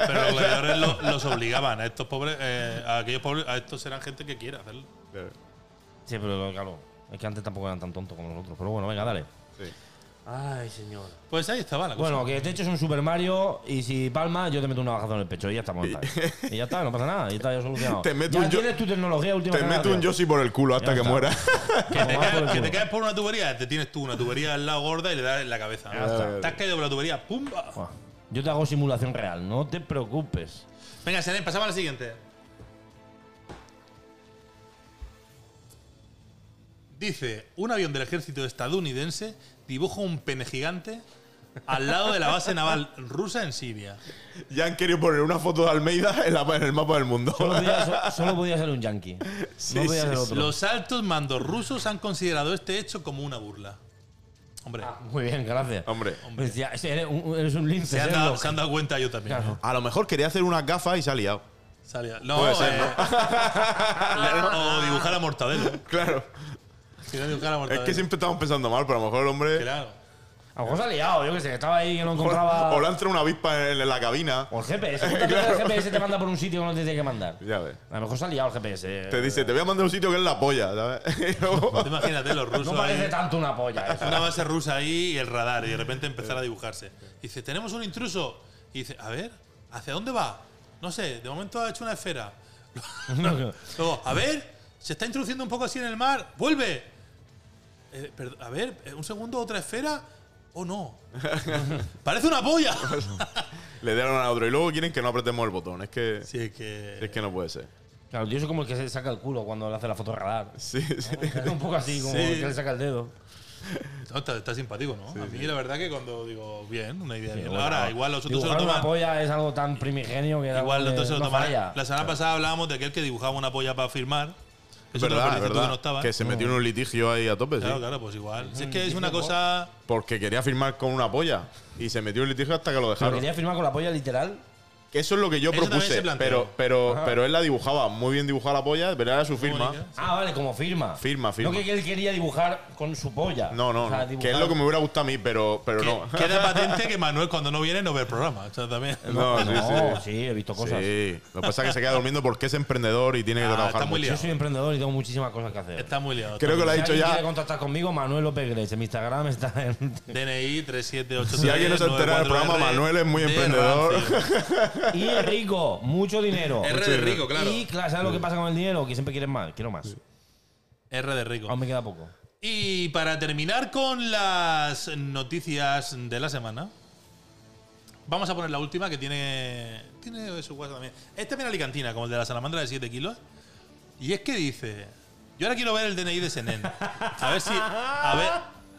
pero los gladiadores lo- los obligaban a estos pobres, eh, a aquellos pobres, a estos eran gente que quiere hacerlo. Sí, pero claro, es que antes tampoco eran tan tontos como nosotros. Pero bueno, venga, dale. Sí. Ay, señor. Pues ahí estaba la cosa. Bueno, que te eches un Super Mario y si palma, yo te meto un bajazo en el pecho y ya está montada. y ya está, no pasa nada, y está ya solucionado. Te ya meto un yo- tienes tu tecnología última Te meto un Yoshi por el culo hasta Ya que está. muera. Que te, Como va por el caes, que culo. te caes por una tubería, te tienes tú una tubería al lado gorda y le das en la cabeza. está. Te has caído por la tubería, ¡pumba! Buah, Yo te hago simulación real, no te preocupes. Venga, Seren, pasamos a la siguiente. Dice, un avión del ejército estadounidense dibuja un pene gigante al lado de la base naval rusa en Siria. ya han querido poner una foto de Almeida en, la- en el mapa del mundo. Solo podía, so- solo podía ser un yankee. Sí, No podía sí, ser sí. otro. Los altos mandos rusos han considerado este hecho como una burla. Hombre, Muy bien, gracias. Hombre. Hombre. Decía, "Ese eres un, eres un lince. se, han eres dado, loco". se han dado cuenta yo también. ¿eh? Claro. A lo mejor quería hacer unas gafas y se ha liado. Salía- No, Puede ser, eh, o dibujar a Mortadelo. Claro. Quería dibujar a Es Mortadelo. que siempre estamos pensando mal, pero a lo mejor el hombre. Claro. A lo mejor se ha liado, yo que sé, estaba ahí que no O encontraba. o le ha entrado una avispa en, en la cabina. O el GPS. ¿cuántas veces el GPS te manda por un sitio que no te tiene que mandar? Ya ves. A lo mejor se ha liado el GPS. Te dice, te voy a mandar a un sitio que es la polla, ¿sabes? Y luego- Tú Imagínate los rusos. No parece ahí. tanto una polla eso. una base rusa ahí y el radar, y de repente empezar a dibujarse. Dice, tenemos un intruso. Y dice, a ver, ¿hacia dónde va? No sé, de momento ha hecho una esfera. Luego, a ver, se está introduciendo un poco así en el mar, vuelve. Eh, perd- a ver, eh, un segundo, otra esfera. ¿O no? Parece una polla. le dieron a otro. Y luego quieren que no apretemos el botón. Es que. Sí, es que... Es que no puede ser. Claro, yo soy como el que se saca el culo cuando le hace la foto radar. Sí, sí. Es un poco así, como Sí. el que le saca el dedo. No, está, está simpático, ¿no? a mí la verdad que cuando digo, bien, una idea bien. Pero bueno, Ahora, igual los otros se lo dibujar toman... una polla es algo tan primigenio que Igual no, entonces lo no tomarán. falla. La semana pasada hablábamos de aquel que dibujaba una polla para firmar. Es Eso te lo verdad, perdiste tú verdad. que no estabas. Que se metió en un litigio ahí a tope, sí. Claro, claro, pues igual. Si es que es una cosa. Porque quería firmar con una polla. Y se metió en un litigio hasta que lo Pero dejaron. quería firmar con la polla literal. Que eso es lo que yo Eso también propuse. se planteó. Pero, pero, Ajá. pero él la dibujaba muy bien dibujada la polla, pero era su firma. bonita. Ah, vale, como firma. Firma, firma. No que él quería dibujar con su polla. No, no, O sea, no. dibujar- Que es lo que me hubiera gustado a mí, pero, pero Que- no. Queda patente que Manuel cuando no viene no ve el programa. O sea, también. No, sí, No, sí. sí, he visto cosas. Sí. Lo que pasa es que se queda durmiendo porque es emprendedor y tiene que Ah, trabajar está muy mucho. Yo soy emprendedor y tengo muchísimas cosas que hacer. Está muy liado. Creo que está Este lo ha si dicho alguien quiere ya. contactar conmigo, Manuel López Greche. Mi Instagram está en... muy liado. DNI 3783. Si alguien no se entera del programa, 94R, Manuel es muy de emprendedor. Rancio. Y rico, mucho dinero. R de rico, claro. Y claro, ¿sabes lo que pasa con el dinero? Que siempre quieres más, quiero más. R de rico. Aún me queda poco. Y para terminar con las noticias de la semana, vamos a poner la última que tiene, tiene su guasa también. Esta es alicantina, como el de la salamandra de 7 kilos. Y es que dice, yo ahora quiero ver el DNI de Senen. A ver si... A ver...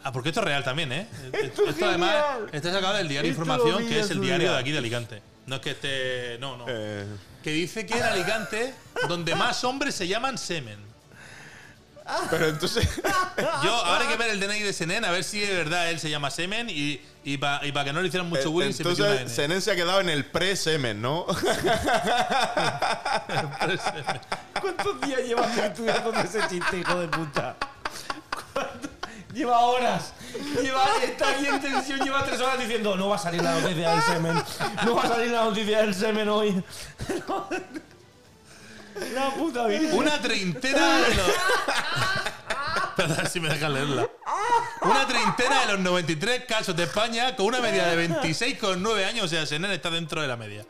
Ah, porque esto es real también, ¿eh? Esto, además está sacado del diario Información, que es el diario de aquí de Alicante. No es que esté... No, no. Eh, Que dice que en Alicante, donde más hombres se llaman semen. pero entonces. Yo, ahora hay que ver el DNI de Senen, a ver si de verdad él se llama Semen y, y para que no le hicieran mucho bullying se metió una N. Eh, Entonces, Senen se ha quedado en el pre-semen, ¿no? ¿Cuántos días llevas estudiando ese chiste, hijo de puta? Lleva horas. Lleva, está aquí en tensión, lleva tres horas diciendo no va a salir la noticia del semen. No va a salir la noticia del semen hoy. La puta vida. Una treintena de los, Espera, a ver si me dejan leerla. Una treintena de los 93 casos de España con una media de 26,9 años, o sea, Senen está dentro de la media.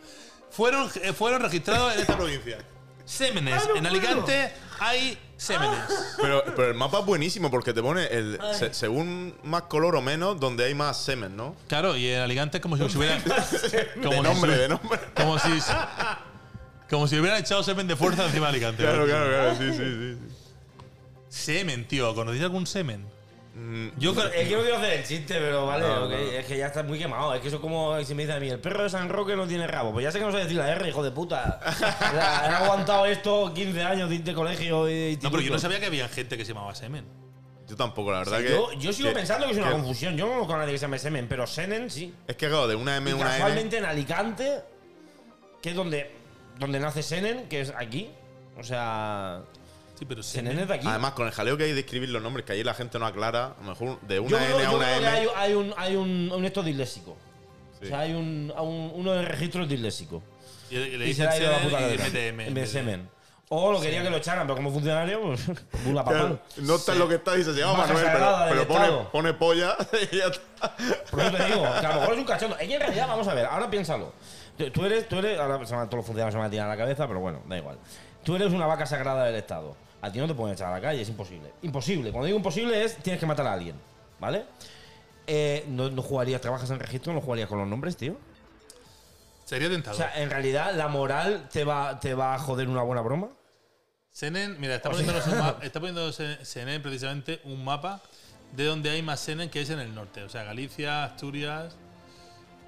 Fueron, eh, fueron registrados en esta provincia. Sémenes. en Alicante hay sémenes. Pero, pero el mapa es buenísimo porque te pone el, se- según más color o menos, donde hay más semen, ¿no? Claro, y en Alicante es como si os hubieran. De si nombre, os- de nombre. Como si. Como si hubieran echado semen de fuerza encima de Alicante. Claro, claro, claro. Sí, sí, sí. sí. Semen, tío. ¿Conocéis algún semen? Yo creo. Es que no quiero hacer el chiste, pero vale, No, ok, no. es que ya está muy quemado. Es que eso es como si me dicen a mí, el perro de San Roque no tiene rabo. Pues ya sé que no sé decir la R, hijo de puta. O sea, han aguantado esto 15 años de, de colegio y de No, pero yo no instituto. sabía que había gente que se llamaba semen. Yo tampoco, la verdad Yo, que. yo sigo que- pensando que es una que- confusión. Yo no conozco a nadie que se llame Semen, pero Senen sí. Es que, claro, de una M Y a una N. casualmente en Alicante, que es donde, donde nace Senen, que es aquí. O sea, Sí, pero Senen semen. es de aquí. Además, con el jaleo que hay de escribir los nombres, que allí la gente no aclara, a lo mejor de una yo creo, N a yo una creo que M. hay, hay un, hay un, un esto disléxico. Sí. O sea, hay un, a un- uno de registros disléxico. Y le, le Y se dicen le ha ido la semen puta y cabeza. MTM. En vez de Semen. O lo quería que lo echaran, pero como funcionario, pues, bula Claro, papal. no está en lo que está, dice, se llama Baja Manuel, Sagrada pero, del pero pone, Estado. pone polla y ya está. Por eso te digo, que a lo mejor es un cachondo. Es que en realidad, vamos a ver, ahora piénsalo. Tú- Tú eres, tú eres, ahora se me- todos los funcionarios se me tiran a la cabeza, pero bueno, da igual. Tú eres una vaca sagrada del Estado. A ti no te pueden echar a la calle, es imposible. Imposible. Cuando digo imposible es, tienes que matar a alguien, ¿vale? Eh, no, no jugarías, trabajas en registro, no jugarías con los nombres, tío. Sería O tentador. sea, en realidad, la moral te va, te va a joder una buena broma. Eh, Senen, mira, está poniéndonos un mapa- está poniendo Se- Senen precisamente un mapa de donde hay más Senen que es en el norte. O sea, Galicia, Asturias,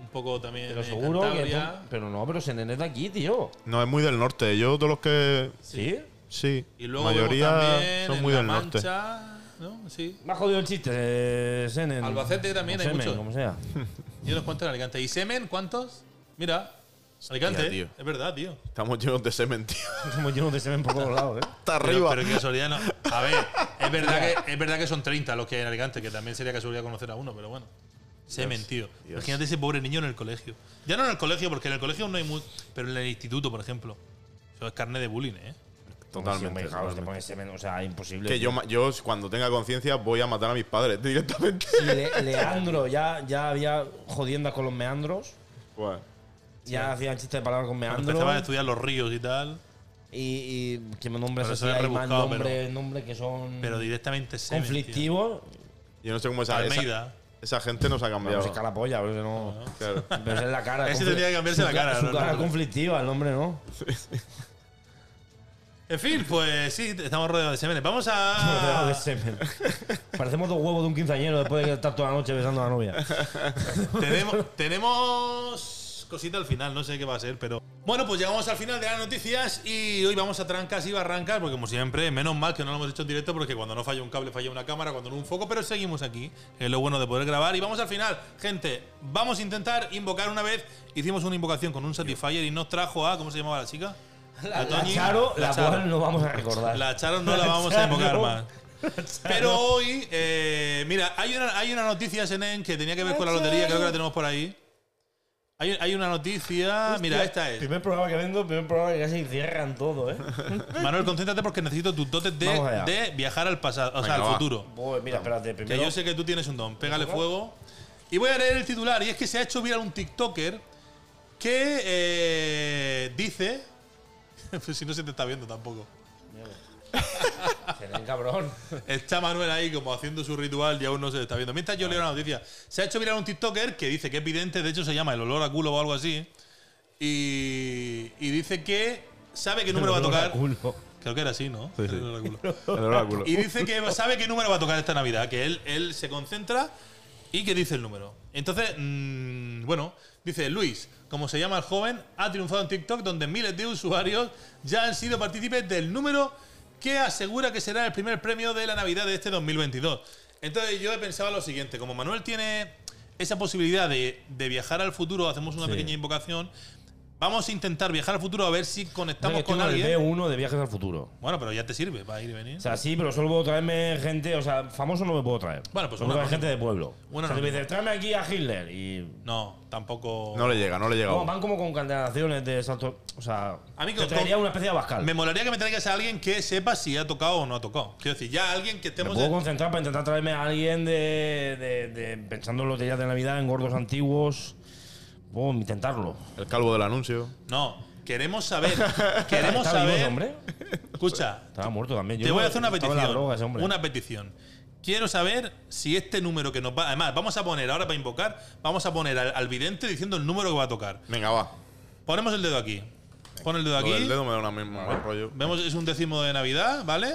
un poco también Pero eh, seguro que. Cantabria. Pero no, pero Senen es de aquí, tío. No, es muy del norte. Yo, todos los que. ¿Sí? Sí. Y luego mayoría vemos también son en muy La del norte. Mancha, ¿no? Sí. Me ha jodido el chiste, eh, Senen. Albacete también O hay Semen, mucho. Como sea. Yo unos cuantos en Alicante. ¿Y Semen cuántos? Mira, Alicante. tío. Es verdad, tío. Estamos llenos de semen, tío. Como llenos de semen por todos lados, ¿eh? Hasta Pero- arriba. Pero, qué casualidad no. A ver, es verdad, que, es verdad que son 30 los que hay en Alicante, que también sería casualidad conocer a uno, pero bueno. Semen, tío. Dios. Imagínate ese pobre niño en el colegio. Ya no en el colegio, porque en el colegio no hay muy. Pero en el instituto, por ejemplo. Eso es carne de bullying, ¿eh? Sí, hombre, Totalmente. claro, te totalmente. pones semen, o sea, imposible. Que yo, ma- yo, cuando tenga conciencia, voy a matar a mis padres directamente. Sí, Le- Leandro, ya, ya había jodiendas con los meandros. Bueno, Ya hacían chistes de palabras con Cuando empezabas a meandros. estudiar los ríos y tal, Y, y que me nombres Pero así, eso es hay más rebuscado, nombres, pero- nombres que son pero directamente semen. tío. conflictivos. yo no sé cómo esa, esa, Almeida. esa gente nos ha Pero cambiado. se cala polla, pero eso no. Claro. Pero esa es la cara. Ese confli- tendría que cambiarse su la ca- cara, Su ¿no? cara No. conflictiva, el nombre, ¿no? En fin, pues sí, estamos rodeados de semenes. Vamos Rodeado a. de semen. Parecemos dos huevos de un quinceañero después de estar toda la noche besando a la novia. tenemos, tenemos cosita al final, no sé qué va a ser, pero. Bueno, pues llegamos al final de las noticias y hoy vamos a trancas y barrancas, porque como siempre, menos mal que no lo hemos hecho en directo, porque cuando no falla un cable falla una cámara, cuando no un foco, pero seguimos aquí, que es lo bueno de poder grabar. Y vamos al final, gente, vamos a intentar invocar una vez. Hicimos una invocación con un Satisfyer y nos trajo a. ¿Cómo se llamaba la chica? La, la Toñi. Charo, la, Charo. cual no vamos a recordar. La Charo no la vamos a Charo. invocar más. Pero hoy, eh, mira, hay una, hay una noticia, Senen, que tenía que ver con la lotería, creo que la tenemos por ahí. Hay, hay una noticia, mira, esta es. Primer programa que vendo, primer programa que casi cierran todo, ¿eh. Manuel, concéntrate porque necesito tus dotes de, Vamos allá. de viajar al pasado, o sea, Venga, al va. futuro. Pues mira, espérate, Que primero. yo sé que tú tienes un don, pégale fuego. Y voy a leer el titular, y es que se ha hecho viral un TikToker que eh, dice... pues si no se te está viendo tampoco. Serén, eh, cabrón. Está Manuel ahí como haciendo su ritual y aún no se le está viendo. Mientras yo leo la noticia, se ha hecho viral un TikToker que dice que es vidente, de hecho se llama el olor a culo o algo así. Y, y dice que sabe qué número va a tocar. Culo. Creo que era así, ¿no? Sí, sí. El olor a culo. El oráculo. Y dice que sabe qué número va a tocar esta Navidad, que él, él se concentra y que dice el número. Entonces, mm, bueno, dice Luis, como se llama el joven, ha triunfado en TikTok donde miles de usuarios ya han sido partícipes del número que asegura que será el primer premio de la Navidad de este 2022. Entonces yo he pensado lo siguiente, como Manuel tiene esa posibilidad de, de viajar al futuro, hacemos una Sí. pequeña invocación, Vamos a intentar viajar al futuro a ver si Estamos conectamos con con el alguien. B1 de viajes al futuro. Bueno, pero ya te sirve para ir y venir. O sea, sí, pero solo puedo traerme gente, o sea, famoso no me puedo traer. Bueno, pues Solo una traer cosa. gente de pueblo. Una o sea, no. me dices, tráeme aquí a Hitler y No, tampoco. No le llega, no le llega. No, van como con cancelaciones de salto, o sea, A mí que te os traería con- una especie de Abascal. Me Me, molaría que me traigas a alguien que sepa si ha tocado o no ha tocado. Quiero decir, ya alguien que estemos. puedo en- concentrar para intentar traerme a alguien de, de, de- pensando en loterías de Navidad, en gordos antiguos. Puedo intentarlo. El calvo del anuncio. No, queremos saber. Queremos ¿Está vivo saber. ese hombre? Escucha, Estaba muerto también. Yo te voy a no- hacer una estaba en la petición. droga ese hombre. Una petición. Quiero saber si este número que nos va. Además, vamos a poner ahora para invocar, vamos a poner al, al vidente diciendo el número que va a tocar. Venga, va. Ponemos el dedo aquí. Pon el dedo aquí. Lo del dedo me da una misma mal rollo. Vemos, es un décimo de Navidad, ¿vale?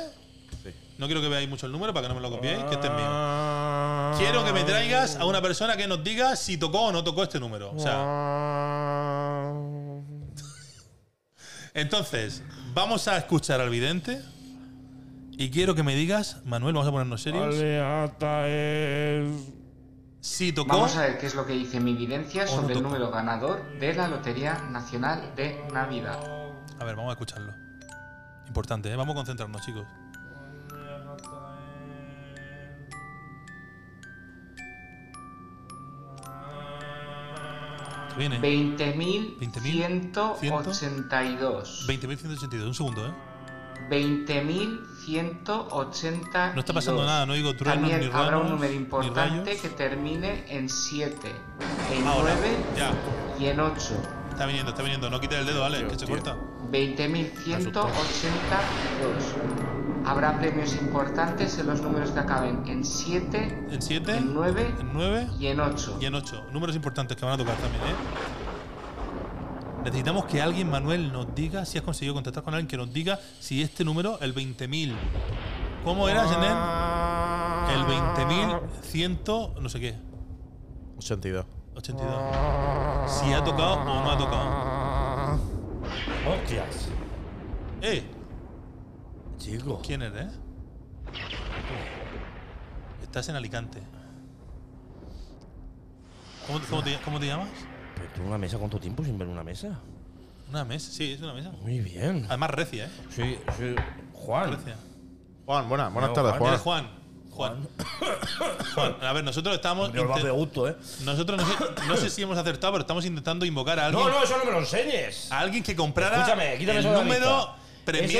No quiero que veáis mucho el número para que no me lo copiéis, que este es Ah. mío. Quiero que me traigas a una persona que nos diga si tocó o no tocó este número. O sea. Entonces, vamos a escuchar al vidente. Y quiero que me digas, Manuel, vamos a ponernos serios. Si tocó. Vamos a ver qué es lo que dice mi evidencia no sobre el tocó. número ganador de la Lotería Nacional de Navidad. A ver, vamos a escucharlo. Importante, ¿eh? Vamos a concentrarnos, chicos. ¿Qué viene? 20.182. 20.182, un segundo, ¿eh? 20.182. No está pasando nada, no digo truenos, También ni habrá ranos, un número ni importante rayos. que termine en 7, en Ahora, 9 ya. y en 8. Está viniendo, está viniendo. No quites el dedo, Ale, que se corta. 20.182. Habrá premios importantes en los números que acaben en 7, En 7, en 9 en 9 y en 8. y en 8. Números importantes que van a tocar también, ¿eh? Necesitamos que alguien, Manuel, nos diga si has conseguido contactar con alguien que nos diga si este número, el 20.000. ¿Cómo era, Janet? El 20.100, no sé qué. 82. 82. Si ha tocado o no ha tocado. Hostias. ¡Eh! Chico. ¿Quién eres? eh? Estás en Alicante. ¿Cómo, cómo te, cómo te llamas? Pero tú en una mesa cuánto tiempo sin ver una mesa. Una mesa. Sí, es una mesa. Muy bien. Además, recia, ¿eh? Soy, soy Juan. Recia. Juan, buenas, buenas No, tardes, Hmm. Juan, Juan. Eres Juan. Juan. Juan. A ver, nosotros estamos. Yo lo hago inte- de gusto, ¿eh? Nosotros no sé, no sé si hemos acertado, pero estamos intentando invocar a alguien, No, no, eso no me lo enseñes. a alguien que comprara Escúchame, quítame el eso de la número lista. Eso ni me lo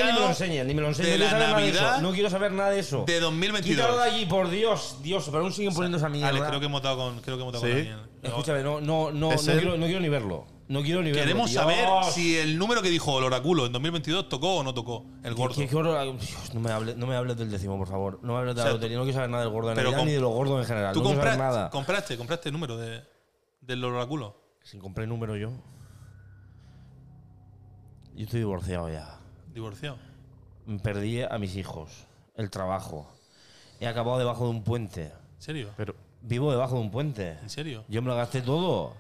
premiado enseñes, ni me lo enseñes. de no la quiero saber nada de eso, Navidad No quiero saber nada de eso. de 2022. Quítalo de allí, por Dios. Dios, pero aún siguen poniendo esa mierda. Alex, creo que hemos dado con, creo que hemos dado Sí. con alguien. Escúchame, no, no, no, no, ¿Es él? quiero, no quiero ni verlo. No quiero ni verlo. Queremos Dios. saber si el número que dijo el oráculo en 2022 tocó o no tocó el gordo. Qué- qué horror- Dios, no, me hables, no me hables del décimo, por favor. No me hables de O sea, la lotería. No quiero saber nada del gordo de pero Navidad com- ni de los gordos en general. Tú no quiero compras- saber nada. compraste, compraste el número de, del oráculo. Si compré número yo. Yo estoy divorciado ya. Divorciado. Perdí a mis hijos, el trabajo. He acabado debajo de un puente. ¿En serio? Pero, Vivo debajo de un puente. ¿En serio? Yo me lo gasté todo.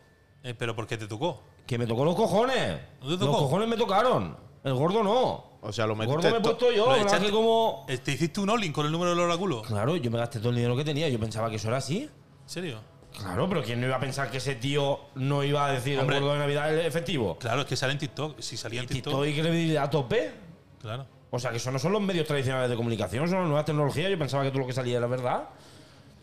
Eh, pero ¿por qué te tocó? Que me tocó los cojones. ¿No te Los tocó? cojones me tocaron. El gordo no. o sea, lo El metiste. gordo me he to- puesto yo. lo me lo gasté echaste- como... Eh, ¿Te hiciste un all con el número del oráculo? Claro, yo me gasté todo el dinero que tenía. Yo pensaba que eso era así. ¿En serio? Claro, pero ¿quién no iba a pensar que ese tío no iba a decir Hombre. el gordo de Navidad es efectivo? Claro, es que sale en TikTok. Si salía en TikTok. Estoy credibilidad a tope. Claro. O sea, que eso no son los medios tradicionales de comunicación, son las nuevas tecnologías. Yo pensaba que todo lo que salía era verdad.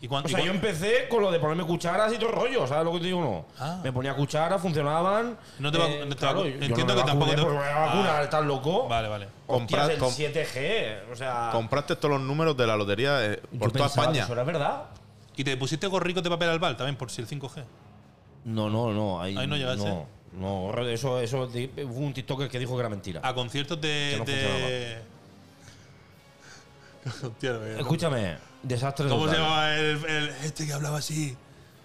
¿Y cuán- O y sea, cuán- yo empecé con lo de ponerme cucharas y todo el rollo, ¿sabes lo que te digo? No. Ah. Me ponía cucharas, funcionaban. eh, No te va- no te vacu- yo- yo entiendo no me que tampoco vacuné te- Ah. porque me voy a vacunar, estás loco. Vale, vale. Hostias, Comprar- el com- 7G, o sea. Compraste todos los números de la lotería eh, yo por toda pensaba que España. Eso era verdad. ¿Y te pusiste gorricos de papel al bal también por si el 5G? No, no, no. Ahí, Ahí no llegaste. No, no, eso, eso di- hubo un TikToker que dijo que era mentira. A conciertos de. Que no de... Hostia, no me- Escúchame, desastre ¿Cómo se total. llamaba el, el- este que hablaba así?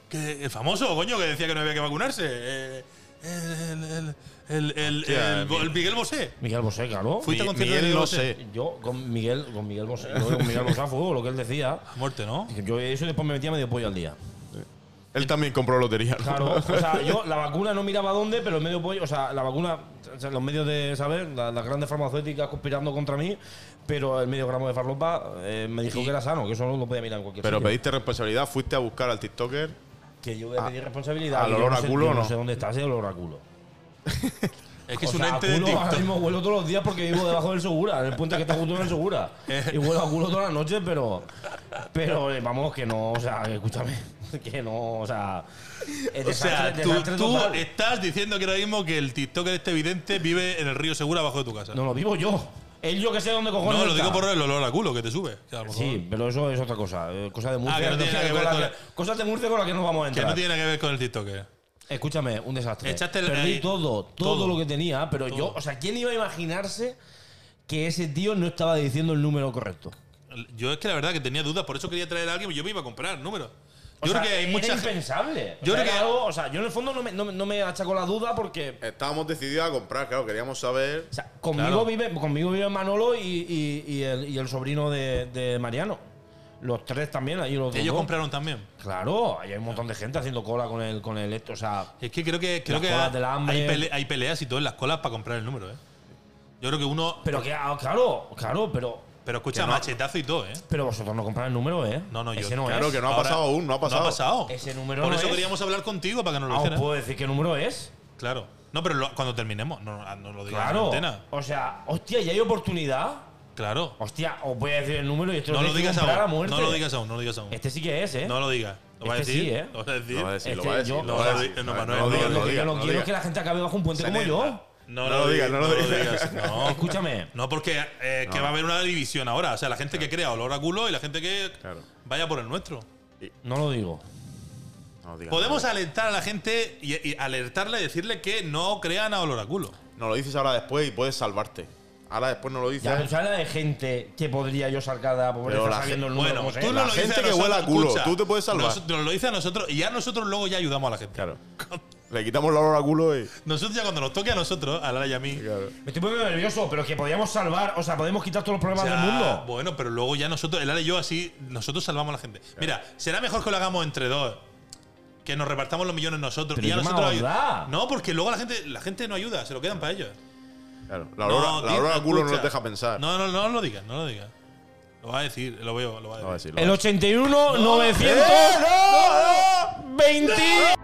Que, el famoso, coño, que decía que no había que vacunarse. Eh, el, el, el, el, el- Hostia, el- el Miguel Bosé. Miguel Bosé, claro. Fuiste a Mi- conciertos de Miguel Miguel no Bosé. sé. Yo con Miguel, con Miguel Bosé, yo con Miguel Bosé a fuego, lo que él decía. A muerte, ¿no? Yo eso después me metía medio pollo al día. Él también compró lotería. ¿no? Claro, o sea, yo la vacuna no miraba dónde, pero el medio pollo, o sea, la vacuna, o sea, los medios de, ¿sabes? La- Las, grandes farmacéuticas conspirando contra mí, pero el medio gramo de farlopa eh, me dijo que era sano, que eso no lo podía mirar en cualquier Pero sitio. pediste responsabilidad, fuiste a buscar al TikToker. Que yo voy a pedir responsabilidad. al que yo olor no a sé- culo, yo no ¿no? sé dónde está ese olor a culo. Es que O es un sea, a ente de culo ahora TikTok. mismo huelo todos los días porque vivo debajo del Segura, del puente que está justo en el Segura. Eh. Y huelo a culo toda la noche, pero. Pero eh, vamos, que no, o sea, que escúchame. Que no, o sea. es O sea, desastre- tú, desastre tú total. estás diciendo que ahora mismo que el TikTok de este evidente vive en el río Segura abajo de tu casa. No, lo vivo yo. Él yo que sé dónde cojones. No, lo digo está. por el olor a culo que te sube. que a lo mejor- Sí, pero eso es otra cosa. eh, Cosa de Murcia. Ah, que no tiene nada que con ver la con Cosas de Murcia con las que nos vamos a que entrar. no tiene nada que ver con el eh. TikToker. Escúchame, un desastre. Echaste el- Perdí eh, todo, todo, todo. lo que tenía, pero Todo. yo, o sea, ¿quién iba a imaginarse que ese tío no estaba diciendo el número correcto? Yo es que la verdad que tenía dudas, por eso quería traer a alguien, yo me iba a comprar números. O Yo sea, creo que hay era mucha gente. impensable. Yo creo O sea, era que- algo- o sea, yo en el fondo no me, no, me- no me achaco la duda porque. Estábamos decididos a comprar, claro, queríamos saber. O sea, conmigo, Claro. vive, conmigo vive Manolo y, y- y el, y el sobrino de, de Mariano. Los tres también, ahí los dos. Ellos dos. compraron también. Claro, ahí hay un montón de gente haciendo cola con el, con el esto. O sea, Es que creo que, creo Las que colas ha- del hambre. hay, pele- hay peleas y todo en las colas para comprar el número, ¿eh? Yo creo que uno. Pero, pero que, ah, claro, claro, pero. escucha que no. machetazo y todo, ¿eh? Pero vosotros no compráis el número, ¿eh? No, no, yo. Ese no Claro es. que no ha pasado aún, no ha pasado. No ha pasado. Ese número Por no eso es. queríamos hablar contigo para que nos lo Ah, ¿os hicieras. puedo decir qué número es. Claro. No, pero lo- cuando terminemos, no, ah, no lo digas Claro. en antena. O sea, hostia, ¿y hay oportunidad? Claro. Hostia, os voy a decir el número y esto No lo tenéis que digas comprar a aún. muerte. No lo digas aún, no lo digas aún. Este sí que es, ¿eh? No lo digas. Lo vas a Este decir. sí, ¿eh? Lo vas a decir. Lo va a decir, lo Este, va a decir. yo- lo va a no, decir. no, Manuel, lo no digas, digas, lo, lo que yo digas, no lo quiero digas. es que la gente acabe bajo un puente como yo. No, No lo digas, no lo digas. No. Escúchame. No, porque eh, que va a haber una división ahora. O sea, la gente que crea olor a culo y la gente que Claro. vaya por el nuestro. No lo digo. No lo digas, Podemos alentar a la gente y, y alertarla y decirle que no crean a olor a culo. No lo dices ahora después y puedes salvarte. Ahora después no lo dices. Ya, pero ¿sabes la de gente que podría yo sacar de la Pero la pobreza sabiendo el número? Pues, Bueno, tú eh, como no sea? eh, La lo gente dices que nosotros, huela a culo, escucha, tú te puedes salvar. nos- Nos, lo dice a nosotros y ya nosotros luego ya ayudamos a la gente. Claro. Le quitamos el olor a culo y. Nosotros ya cuando nos toque a nosotros, a Lara y a mí. Claro. Me estoy poniendo nervioso, pero que podíamos salvar, o sea, podemos quitar todos los problemas ya- del mundo. Bueno, pero luego ya nosotros, el Lara y yo así, nosotros salvamos a la gente. Mira, será mejor que lo hagamos entre dos. Que nos repartamos los millones nosotros. Pero y ya qué nosotros maldad. ayu- No, porque luego la gente, la gente no ayuda, se lo quedan para ellos. Claro. La olor, a- la tío, olor a culo no escucha. nos deja pensar. No, no, no lo digas, no lo digas. Lo va a decir, lo veo, lo va a No, decir. sí, lo- El 81 900 ¡Eh, no, no! 20